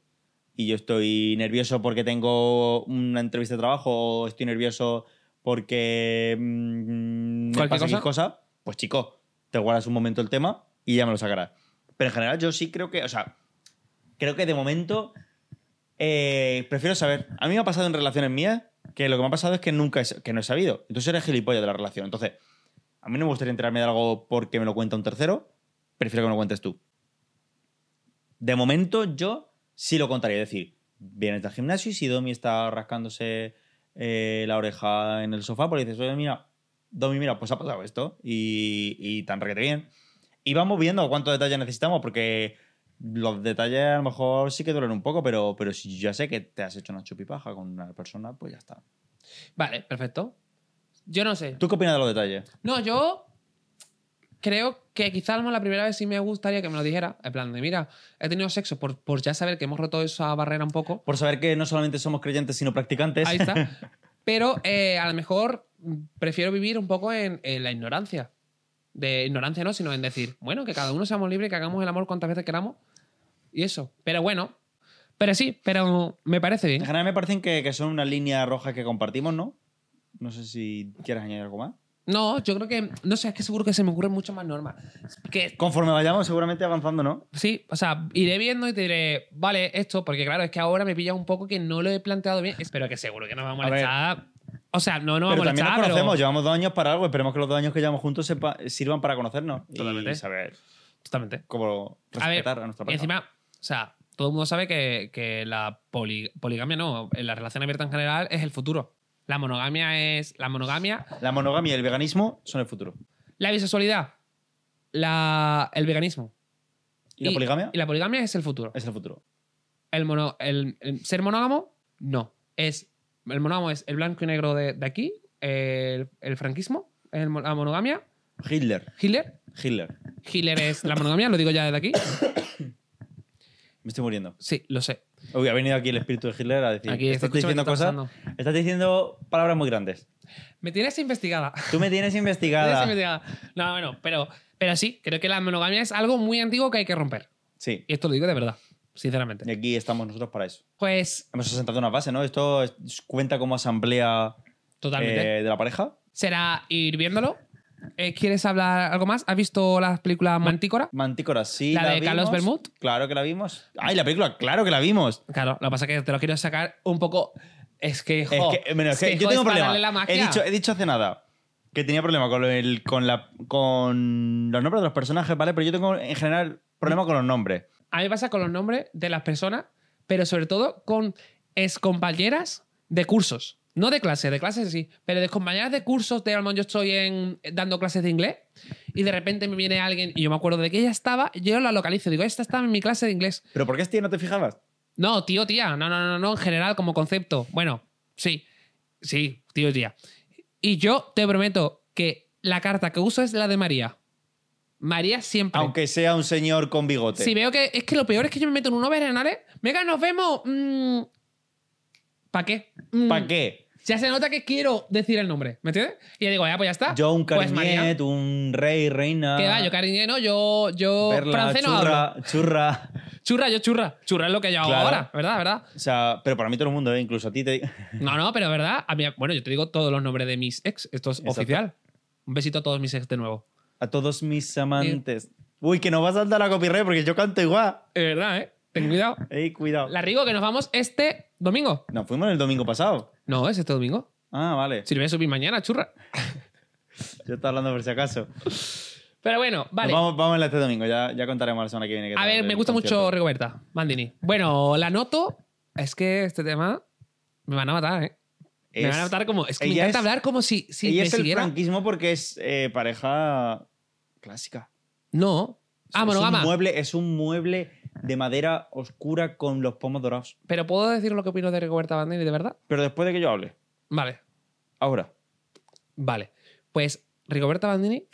y yo estoy nervioso porque tengo una entrevista de trabajo o estoy nervioso porque mm, me ¿Cualquier pasa X cosa? cosa, pues chico, te guardas un momento el tema y ya me lo sacarás. Pero en general yo sí creo que, o sea, creo que de momento eh, prefiero saber. A mí me ha pasado en relaciones mías que lo que me ha pasado es que nunca he, que no he sabido. Entonces eres gilipollas de la relación. Entonces, a mí no me gustaría enterarme de algo porque me lo cuenta un tercero. Prefiero que me lo cuentes tú. De momento, yo sí lo contaría. Es decir, vienes del gimnasio y si Domi está rascándose eh, la oreja en el sofá, pues le dices, oye, mira, Domi, mira, pues ha pasado esto y, y tan requete bien. Y vamos viendo cuántos detalles necesitamos porque los detalles a lo mejor sí que duelen un poco, pero, pero si yo ya sé que te has hecho una chupipaja con una persona, pues ya está. Vale, perfecto. Yo no sé. ¿Tú qué opinas de los detalles? No, yo creo que quizás la primera vez sí me gustaría que me lo dijera. En plan de, mira, he tenido sexo por, por ya saber que hemos roto esa barrera un poco. Por saber que no solamente somos creyentes, sino practicantes. Ahí está. Pero eh, a lo mejor prefiero vivir un poco en, en la ignorancia. De ignorancia no, sino en decir, bueno, que cada uno seamos libres, que hagamos el amor cuantas veces queramos. Y eso. Pero bueno. Pero sí, pero me parece [laughs] En bien. general me parecen que, que son una línea roja que compartimos, ¿no? No sé si quieres añadir algo más. No, yo creo que. No sé, es que seguro que se me ocurren muchas más normas. Que Conforme vayamos, seguramente avanzando, ¿no? Sí, o sea, iré viendo y te diré, vale, esto, porque claro, es que ahora me pilla un poco que no lo he planteado bien. Espero que seguro que no me va a A ver. molestar. o sea, no, no va a pero molestar, también nos pero- conocemos, llevamos dos años para algo. Esperemos que los dos años que llevamos juntos sepa- sirvan para conocernos Totalmente. y saber Totalmente. cómo A ver, respetar a, nuestra y pareja. encima, o sea, todo el mundo sabe que, que la poli- poligamia no, en la relación abierta en general es el futuro. La monogamia es. La monogamia, La monogamia y el veganismo son el futuro. la bisexualidad, la, el veganismo. ¿Y, la poligamia? Y la poligamia es el futuro. Es el futuro. el, mono, el, el ser monógamo, no. Es, el monógamo es el blanco y negro de, de aquí, el, el franquismo, el mon- la monogamia, Hitler. Hitler. Hitler. Hitler es la monogamia, lo digo ya desde aquí. Me estoy muriendo. Sí, lo sé. Uy, ha venido aquí el espíritu de Hitler a decir. Aquí, estás escúchame, diciendo ¿qué está cosas. Estás diciendo palabras muy grandes. Me tienes investigada. Tú Me me tienes tienes investigada. investigada. No, bueno, pero, pero sí, creo que la monogamia es algo muy antiguo que hay que romper. Sí. Y esto lo digo de verdad, sinceramente. Y aquí estamos nosotros para eso. Pues, Hemos asentado una base, ¿no? Esto es- cuenta como asamblea totalmente. eh, de la pareja. Será ir viéndolo. Eh, ¿Quieres hablar algo más? ¿Has visto las películas Mantícora? Mantícora, sí. ¿La de Carlos vimos. Bermud? Claro que la vimos. ¡Ay, la película! ¡Claro que la vimos! Claro, lo que pasa es que te lo quiero sacar un poco. Es que, Es jo, que, bueno, es que jo, yo tengo es para darle la problemas. magia. He dicho, he dicho hace nada que tenía problema con, el, con, la, con los nombres de los personajes, ¿vale? Pero yo tengo en general problema con los nombres. A mí me pasa con los nombres de las personas, pero sobre todo con excompañeras de cursos. No de clase, de clases sí, pero de compañeras de cursos de algo yo estoy en, dando clases de inglés y de repente me viene alguien y yo me acuerdo de que ella estaba, yo la localizo, digo, esta estaba en mi clase de inglés. ¿Pero por qué este no te fijabas? No, tío, tía. No, no, no, no. En general, como concepto. Bueno, sí. Sí, tío, tía. Y yo te prometo que la carta que uso es la de María. María siempre. Aunque sea un señor con bigote. Si veo que. Es que lo peor es que yo me meto en un over anales. Venga, nos vemos. ¿Para qué? Mm, ¿Para qué? Ya se nota que quiero decir el nombre. ¿Me entiendes? Y yo digo, ya, pues ya está. Yo, un Pues cariñet, María. un rey, reina. Que va, yo cariñé, no, yo, yo perla, francés no churra, hablo. churra. Churra, yo churra. Churra es lo que yo hago Claro. ahora, ¿verdad? ¿Verdad? O sea, pero para mí todo el mundo, ¿eh? incluso a ti te. No, no, pero verdad. A mí, bueno, yo te digo todos los nombres de mis ex. Esto es Exacto. oficial. Un besito a todos mis ex de nuevo. A todos mis amantes. Uy, que no vas a dar a copyright porque yo canto igual. Es verdad, ¿eh? Ten cuidado. Ey, cuidado. La Rigo, que nos vamos este domingo. Nos fuimos el domingo pasado. No, es este domingo. Ah, vale. Si lo voy a subir mañana, churra. Yo estaba hablando por si acaso. Pero bueno, vale. Nos Vamos, vamos a este domingo, ya, ya contaremos la semana que viene. qué A tal ver, el me gusta concierto. mucho Rigoberta Mandini. Bueno, la noto. Es que este tema me van a matar, ¿eh? me Es- van a matar como. Es que me ella encanta es- hablar como si, si Ella me es el siguiera. franquismo porque es eh, pareja clásica. No. Ah, monogama. Es un, mueble, es un mueble de madera oscura con los pomos dorados. Pero puedo decir lo que opino de Rigoberta Bandini, de verdad. Pero después de que yo hable. Vale. Ahora. Vale. Pues Rigoberta Bandini,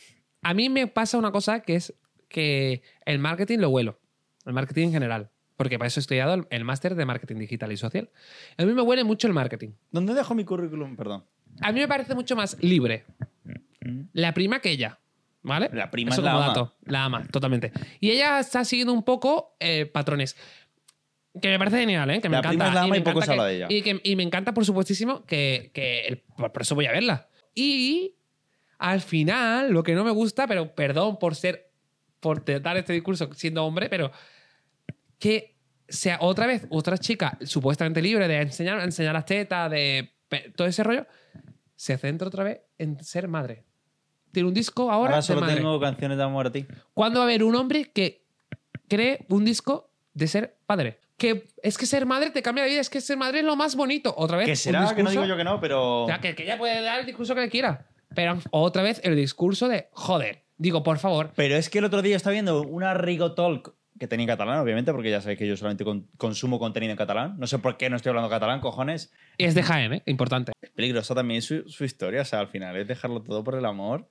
a mí me pasa una cosa que es que el marketing lo huelo. El marketing en general. Porque para eso he estudiado el, el máster de marketing digital y social. A mí me huele mucho el marketing. ¿Dónde dejo mi currículum? Perdón. A mí me parece mucho más libre la prima que ella. ¿Vale? La prima Eso es la como ama. dato. La ama, totalmente. Y ella está siguiendo un poco eh, patrones. Que me parece genial, ¿eh? Que me La encanta. prima es la ama me y poco encanta se habla que- de ella. Y, que- y me encanta, por supuestísimo, que, que el- por eso voy a verla. Y al final, lo que no me gusta, pero perdón por ser, por te- dar este discurso siendo hombre, pero que sea otra vez otra chica supuestamente libre de enseñar, enseñar las tetas, de pe- todo ese rollo, se centra otra vez en ser madre. Tiene un disco ahora, Ahora, de solo madre. tengo canciones de amor a ti. ¿Cuándo va a haber un hombre que cree un disco de ser padre? Que es que ser madre te cambia la vida, es que ser madre es lo más bonito. Otra vez. Que un será, que no digo discurso- yo que no, pero. o sea, que, que ella puede dar el discurso que le quiera. Pero otra vez el discurso de joder. Digo, por favor. Pero es que el otro día estaba viendo una Rigo Talk que tenía en catalán, obviamente, porque ya sabéis que yo solamente con- consumo contenido en catalán. No sé por qué no estoy hablando catalán, cojones. Y es de Jaén, ¿eh? Importante. Es peligrosa también su, su historia, o sea, al final es dejarlo todo por el amor,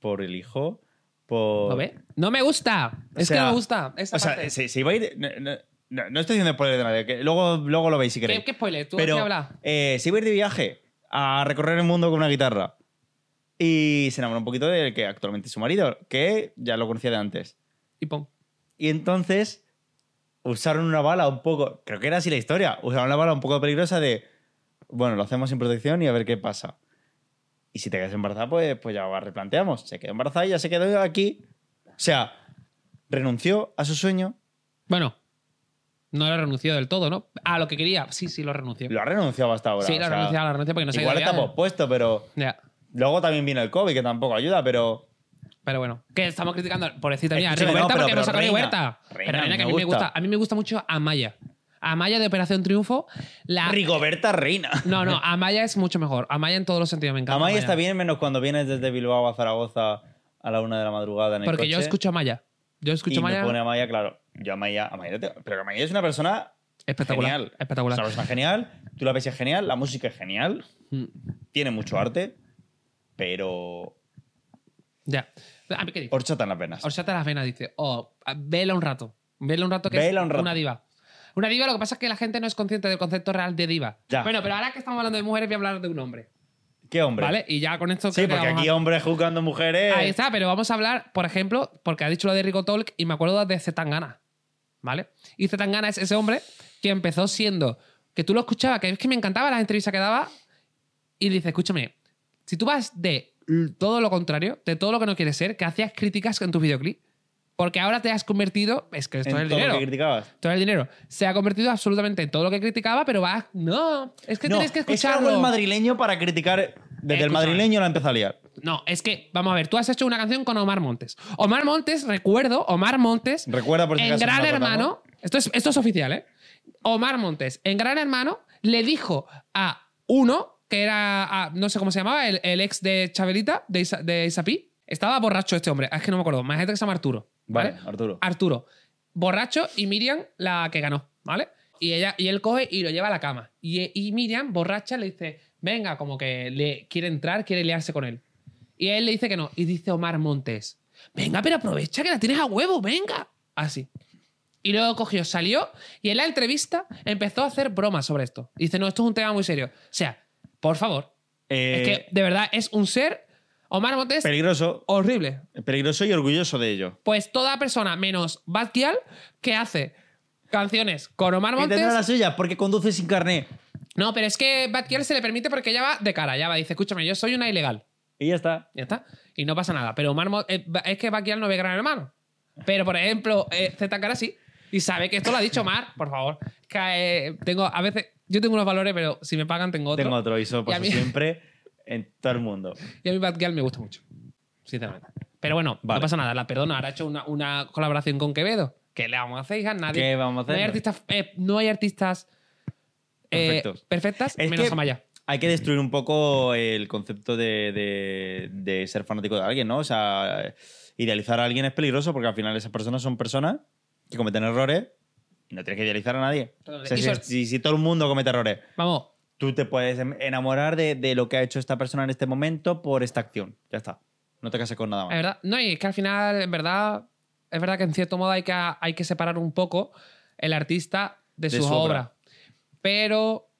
por el hijo, por. ¿Lo ve? No me gusta. O es que sea, no me gusta. Esa o sea, parte. se, se iba a ir. No, no- no- no estoy diciendo spoiler de nadie, que luego, luego lo veis si queréis. ¿Qué, qué spoiler? ¿Tú de Pero qué hablas? eh, se iba a ir de viaje a recorrer el mundo con una guitarra. Y se enamoró un poquito del que actualmente es su marido, que ya lo conocía de antes. Y pon. Y entonces usaron una bala un poco, creo que era así la historia, usaron una bala un poco peligrosa de, bueno, lo hacemos sin protección y a ver qué pasa. Y si te quedas embarazada, pues, pues ya lo replanteamos. Se quedó embarazada y ya se quedó aquí. O sea, renunció a su sueño, Bueno, no lo renunció del todo, ¿no? A lo que quería. Sí, sí, lo renunció. lo ha renunciado hasta ahora. sí, o lo sea, renunció, lo renunció porque no se Igual quería- está pospuesto, pero Ya. luego también vino el COVID, que tampoco ayuda, pero... Pero bueno, que estamos criticando, pobrecita mía, Escúchame, Rigoberta, no, pero- porque pero no saca Reina, Rigoberta. Reina, pero Reina, que me a mí me gusta. gusta. A mí me gusta mucho Amaya. Amaya de Operación Triunfo. La... Rigoberta Reina. No, no, Amaya es mucho mejor. Amaya en todos los sentidos, me encanta. Amaya está bien, menos cuando vienes desde Bilbao a Zaragoza a la una de la madrugada en el Porque yo coche. escucho a Amaya. Yo escucho y a Amaya. me pone Amaya, claro. Yo Amaya, Amaya, te- pero Amaya es una persona Espectacular, genial. espectacular. Es una persona genial, tú la ves y es genial, la música es genial, Mm, tiene mucho arte, pero Ya. A mí, ¿qué dice? horchata en las venas. Orchata las venas, dice. Oh, a- vela un rato. Vela un rato que Vela es un rato. una diva. Una diva, lo que pasa es que la gente no es consciente del concepto real de diva. Ya. Bueno, pero ahora que estamos hablando de mujeres, voy a hablar de un hombre. ¿Qué hombre? ¿Vale? Y ya con esto. Sí, creo que porque vamos aquí a- hombres juzgando mujeres. Ahí está, pero vamos a hablar, por ejemplo, porque ha dicho lo de Rico Talk y me acuerdo de Zetangana. ¿Vale? Y Zetangana es ese hombre que empezó siendo. Que tú lo escuchabas, que es que me encantaba las entrevistas que daba. Y dice, escúchame, si tú vas de l- todo lo contrario, de todo lo que no quieres ser, que hacías críticas en tus videoclips, porque ahora te has convertido. Es que esto en es el todo lo dinero. que criticabas. Todo el dinero. Se ha convertido absolutamente en todo lo que criticaba, pero vas. No, es que No, tienes que es algo escucharlo. el madrileño para criticar. Desde el Escúchame. madrileño la empezó a liar. No, es que, vamos a ver, tú has hecho una canción con Omar Montes. Omar Montes, recuerdo, Omar Montes. Recuerda por si En acaso, Gran no me acuerdo, Hermano. Esto es, esto es oficial, ¿eh? Omar Montes, en Gran Hermano, le dijo a uno, que era, a- no sé cómo se llamaba, el, el ex de Chabelita, de, Isa- de Isapí. Estaba borracho este hombre, es que no me acuerdo. Más gente que se llama Arturo. ¿Vale? Ah, Vale, Arturo. Arturo, borracho y Miriam la que ganó, ¿vale? Y, ella, y él coge y lo lleva a la cama. Y, y Miriam, borracha, le dice, venga, como que le quiere entrar, quiere liarse con él. Y él le dice que no. Y dice Omar Montes, venga, pero aprovecha que la tienes a huevo, venga. Así. Y luego cogió, salió y en la entrevista empezó a hacer bromas sobre esto. Y dice, no, esto es un tema muy serio. O sea, por favor. Eh, es que de verdad es un ser, Omar Montes, Peligroso, horrible. peligroso y orgulloso de ello. Pues toda persona menos Bad Gyal que hace canciones con Omar Y tendrá la Montes. suya porque conduce sin carné. No, pero es que Bad Gyal se le permite porque ella va de cara, ya va, dice, escúchame, yo soy una ilegal. Y ya está. Ya está. Y no pasa nada. Pero Omar Mo- eh, es que Bad Gyal no ve gran hermano. Pero, por ejemplo, eh, Z cara sí. Y sabe que esto lo ha dicho Omar, por favor. Que, eh, tengo, a veces, yo tengo unos valores, pero si me pagan tengo otro. Tengo otro y eso Y a pasa mí- siempre en todo el mundo. Y a mí Bad Girl me gusta mucho, sinceramente. Pero bueno, Vale. no pasa nada, la perdono. Ahora ha hecho una, una colaboración con Quevedo. ¿Qué le vamos a hacer, hija? Nadie. ¿Qué vamos a No hay hacer? artistas, eh, no hay artistas eh, Perfectos. perfectas, Es menos que Amaya. Hay que destruir un poco el concepto de, de- de ser fanático de alguien, ¿no? O sea, idealizar a alguien es peligroso porque al final esas personas son personas que cometen errores y no tienes que idealizar a nadie. O sea, Y si, sobre- si- si todo el mundo comete errores, Vamos, tú te puedes em- enamorar de, de lo que ha hecho esta persona en este momento por esta acción. Ya está. No te cases con nada es más. verdad. No, y es que al final, en verdad, es verdad que en cierto modo hay que, hay que separar un poco el artista de, De sus su obra. obras. Pero,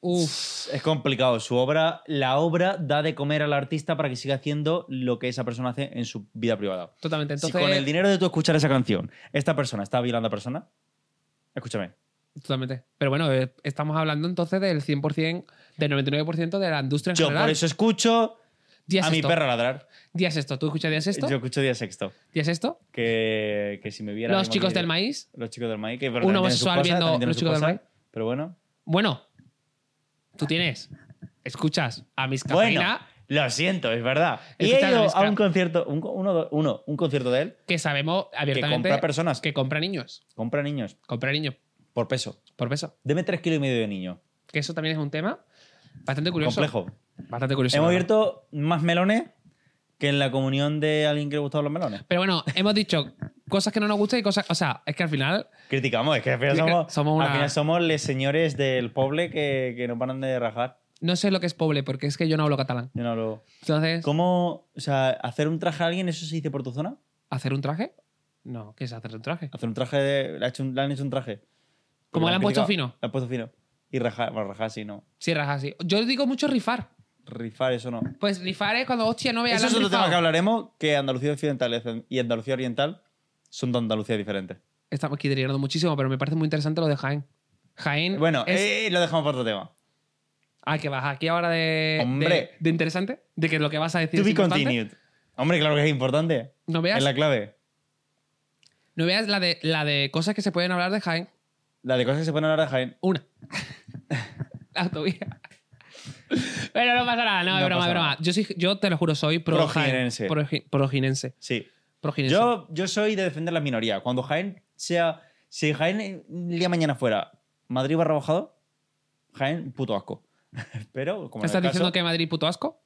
uff, Es complicado. Su obra, la obra da de comer al artista para que siga haciendo lo que esa persona hace en su vida privada. totalmente. Entonces, si con el dinero de tu escuchar esa canción, esta persona está violando a persona, escúchame. totalmente. Pero bueno, eh, estamos hablando entonces del 100%, del 99% de la industria en Yo general. por eso escucho Días a mi esto. perra ladrar. Días esto. ¿Tú escuchas días esto? Yo escucho Día Sexto. ¿Días esto? Que, que si me viera. Los mi chicos madre- del maíz. Los chicos del maíz. Que Un un homosexual viendo Los Chicos del maíz. Pero bueno. Bueno, tú tienes. Escuchas a mis Bueno, cafeína, lo siento, es verdad. Y he Escuchar a ido Luis a un Cra- concierto, un, uno, uno, un concierto de él, que sabemos abiertamente. compra personas. Que compra niños. compra niños Compra niños por peso. por peso. Deme tres kilos y medio de niño. Que eso también es un tema bastante curioso. Complejo. Bastante curioso. Hemos la verdad. abierto más melones que en la comunión de alguien que le gustaban los melones. Pero bueno, hemos dicho cosas que no nos gustan y cosas. O sea, es que al final. Criticamos, es que al final Critica- somos, somos una- al final somos les señores del poble que, que no paran de rajar. No sé lo que es pobre, porque es que yo no hablo catalán. Yo no hablo- Entonces, ¿Cómo, o sea, hacer un traje a alguien, eso se dice por tu zona? ¿hacer un traje? No, ¿qué es hacer un traje? Hacer un traje, de, le, ha hecho un- le han hecho un traje. Como Porque le han puesto criticado. fino. Le han puesto fino. Y rajar, bueno, rajar sí, no. Cierras así. Yo digo mucho rifar. Rifar, eso no. Pues rifar es cuando, hostia, no veas Eso es otro tema que hablaremos, que Andalucía Occidental y Andalucía Oriental son de Andalucía diferentes. Estamos aquí derivando muchísimo, pero me parece muy interesante lo de Jaén. Jaén. Bueno, es- eh, lo dejamos para otro tema. Ah, que vas aquí ahora de. Hombre. De, de interesante. De que lo que vas a decir. To es be importante. continued. Hombre, claro que es importante. No veas. Es la clave. No veas la de, la de cosas que se pueden hablar de Jaén. La de cosas que se ponen ahora de Jaén. [laughs] Una. la autovía. Pero no pasa nada, no, es No broma, pasa es broma. nada. Yo, soy- yo te lo juro, soy pro Jaén. Projirense. Proji- Projirense. Sí. Projirense. Yo, yo soy de defender la minoría. Cuando Jaén sea. Si Jaén eh, el día de mañana fuera Madrid barra bajado, Jaén, puto asco. [laughs] Pero, como. en ¿Me estás el caso- diciendo que Madrid puto asco?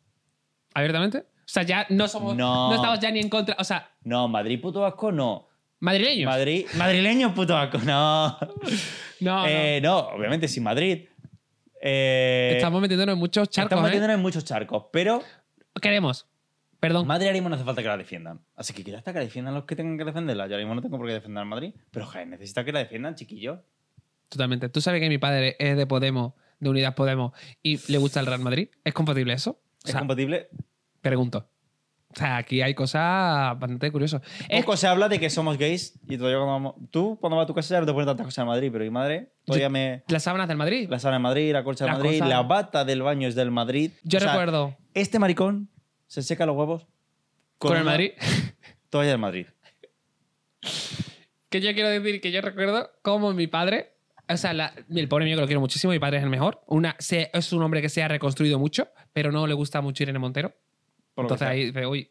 ¿Abiertamente? O sea, ya no somos. No, No. estamos ya ni en contra. O sea, No, Madrid puto asco no. madrileños. Madrid, madrileño puto asco, no. no, no. Eh, no, obviamente sin Madrid. Eh, estamos metiéndonos en muchos charcos. estamos ¿eh? metiéndonos en muchos charcos, pero Queremos. Perdón. Madrid ahora mismo no hace falta que la defiendan. Así que quizás hasta que la defiendan los que tengan que defenderla. Yo ahora mismo no tengo por qué defender a Madrid, pero Jaén necesita que la defiendan, chiquillo. Totalmente. Tú sabes que mi padre es de Podemos, de Unidas Podemos, y le gusta el Real Madrid. ¿Es compatible eso? O Es sea, compatible. pregunto. O sea, aquí hay cosas bastante curiosas. Es- Poco se habla de que somos gays y todavía cuando vamos- tú cuando vas a tu casa ya no te pones tantas cosas de Madrid, pero mi madre todavía Yo- me... las sábanas del Madrid. La sala de Madrid, la colcha de La Madrid, cosa- la bata del baño es del Madrid. Yo O sea, recuerdo Este maricón se seca los huevos con, el una Madrid. [laughs] Toalla del Madrid. Que yo quiero decir que yo recuerdo cómo mi padre, o sea, la- el pobre mío que lo quiero muchísimo, mi padre es el mejor. Una, se- es un hombre que se ha reconstruido mucho, pero no le gusta mucho Irene Montero. Por lo que entonces sea. ahí dice, uy.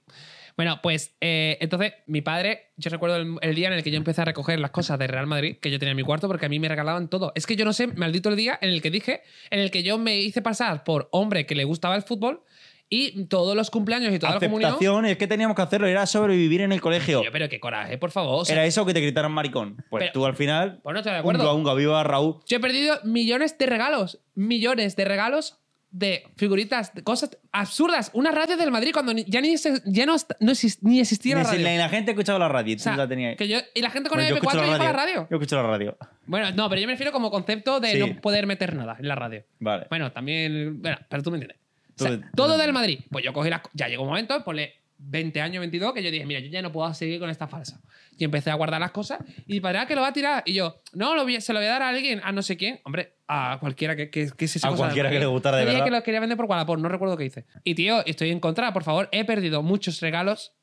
Bueno, pues eh, entonces mi padre, yo recuerdo el, el día en el que yo empecé a recoger las cosas de Real Madrid que yo tenía en mi cuarto porque a mí me regalaban todo. Es que yo no sé, maldito el día en el que dije, en el que yo me hice pasar por hombre que le gustaba el fútbol y todos los cumpleaños y toda la comunión. Aceptación, es que teníamos que hacerlo, era sobrevivir en el colegio. Yo, pero qué coraje, por favor. o sea, Era eso que te gritaron maricón. Pues Pero- tú al final. Pues no estoy de acuerdo. Unga, unga, viva Raúl. Yo he perdido millones de regalos, millones de regalos de figuritas, de cosas absurdas. Una radio del Madrid cuando ni- ya ni, se- ya no, est- no exis- ni Ni existía la si- radio. ni la gente escuchaba la radio. O tú sea, la tenías ahí. que yo- y la gente con Bueno, el yo escucho MP4 iba a la radio. Yo escucho la radio. Bueno, no, pero yo me refiero como concepto de Sí. no poder meter nada en la radio. Vale. Bueno, también. Bueno, pero tú me entiendes. O sea, Tú- tú todo me del Madrid. Pues yo cogí las. co- Ya llegó un momento, ponle 20 años, 22, que yo dije, mira, yo ya no puedo seguir con esta falsa. Y empecé a guardar las cosas y mi padre, "Ah, que lo va a tirar. Y yo, no, lo voy- se lo voy a dar a alguien, a no sé quién. Hombre, a cualquiera que, que, que se A cualquiera que le gustara de Oye, verdad. que lo quería vender por Wallapop, no recuerdo qué hice. Y tío, estoy en contra, por favor, he perdido muchos regalos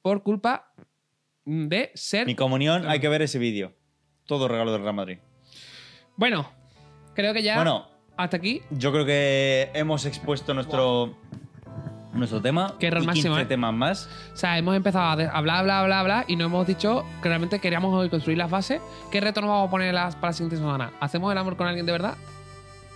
por culpa de ser. Mi comunión, hay que ver ese vídeo. Todo regalo del Real Madrid. Bueno, creo que ya. Bueno, Hasta aquí. yo creo que hemos expuesto nuestro. Nuestro tema. Qué error y máximo, 15 ¿eh? temas más. O sea, hemos empezado a de- hablar, hablar, hablar, hablar y no hemos dicho que realmente queríamos hoy construir las bases. ¿Qué reto nos vamos a poner las, para la siguiente semana? ¿Hacemos el amor con alguien de verdad?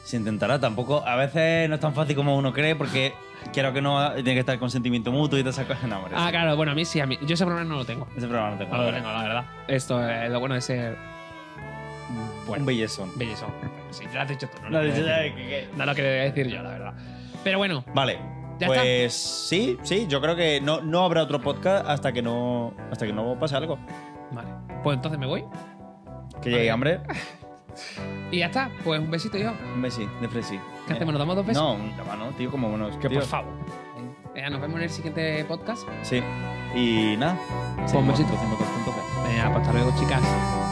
Se intentará tampoco. A veces no es tan fácil como uno cree porque quiero que no tiene que estar consentimiento mutuo y todas esas cosas. No, hombre, Ah, ese- claro, bueno, a mí sí, a mí. Yo ese problema no lo tengo. Ese programa no tengo. No lo tengo, la verdad. Esto es lo bueno de ser Un bellezón. bellezón. Sí, te lo has dicho tú, no, No, lo ya, quería decir- ya, que- que- no lo quería decir yo, la verdad. Pero bueno, Vale. Ya pues sí, sí, yo creo que no, no habrá otro podcast hasta que no hasta que no pase algo. vale. Pues entonces me voy Que llegue Vale. hambre. y ya está. Pues un besito yo. Un besi, de fresi. ¿Qué hacemos? ¿Nos damos dos besos? No, un mano, tío, como unos. Pues que tío. Pues por favor. Venga, nos vemos en el siguiente podcast. Sí. Y nada. besito. Seguimos con 100%. Venga, pues hasta luego, chicas.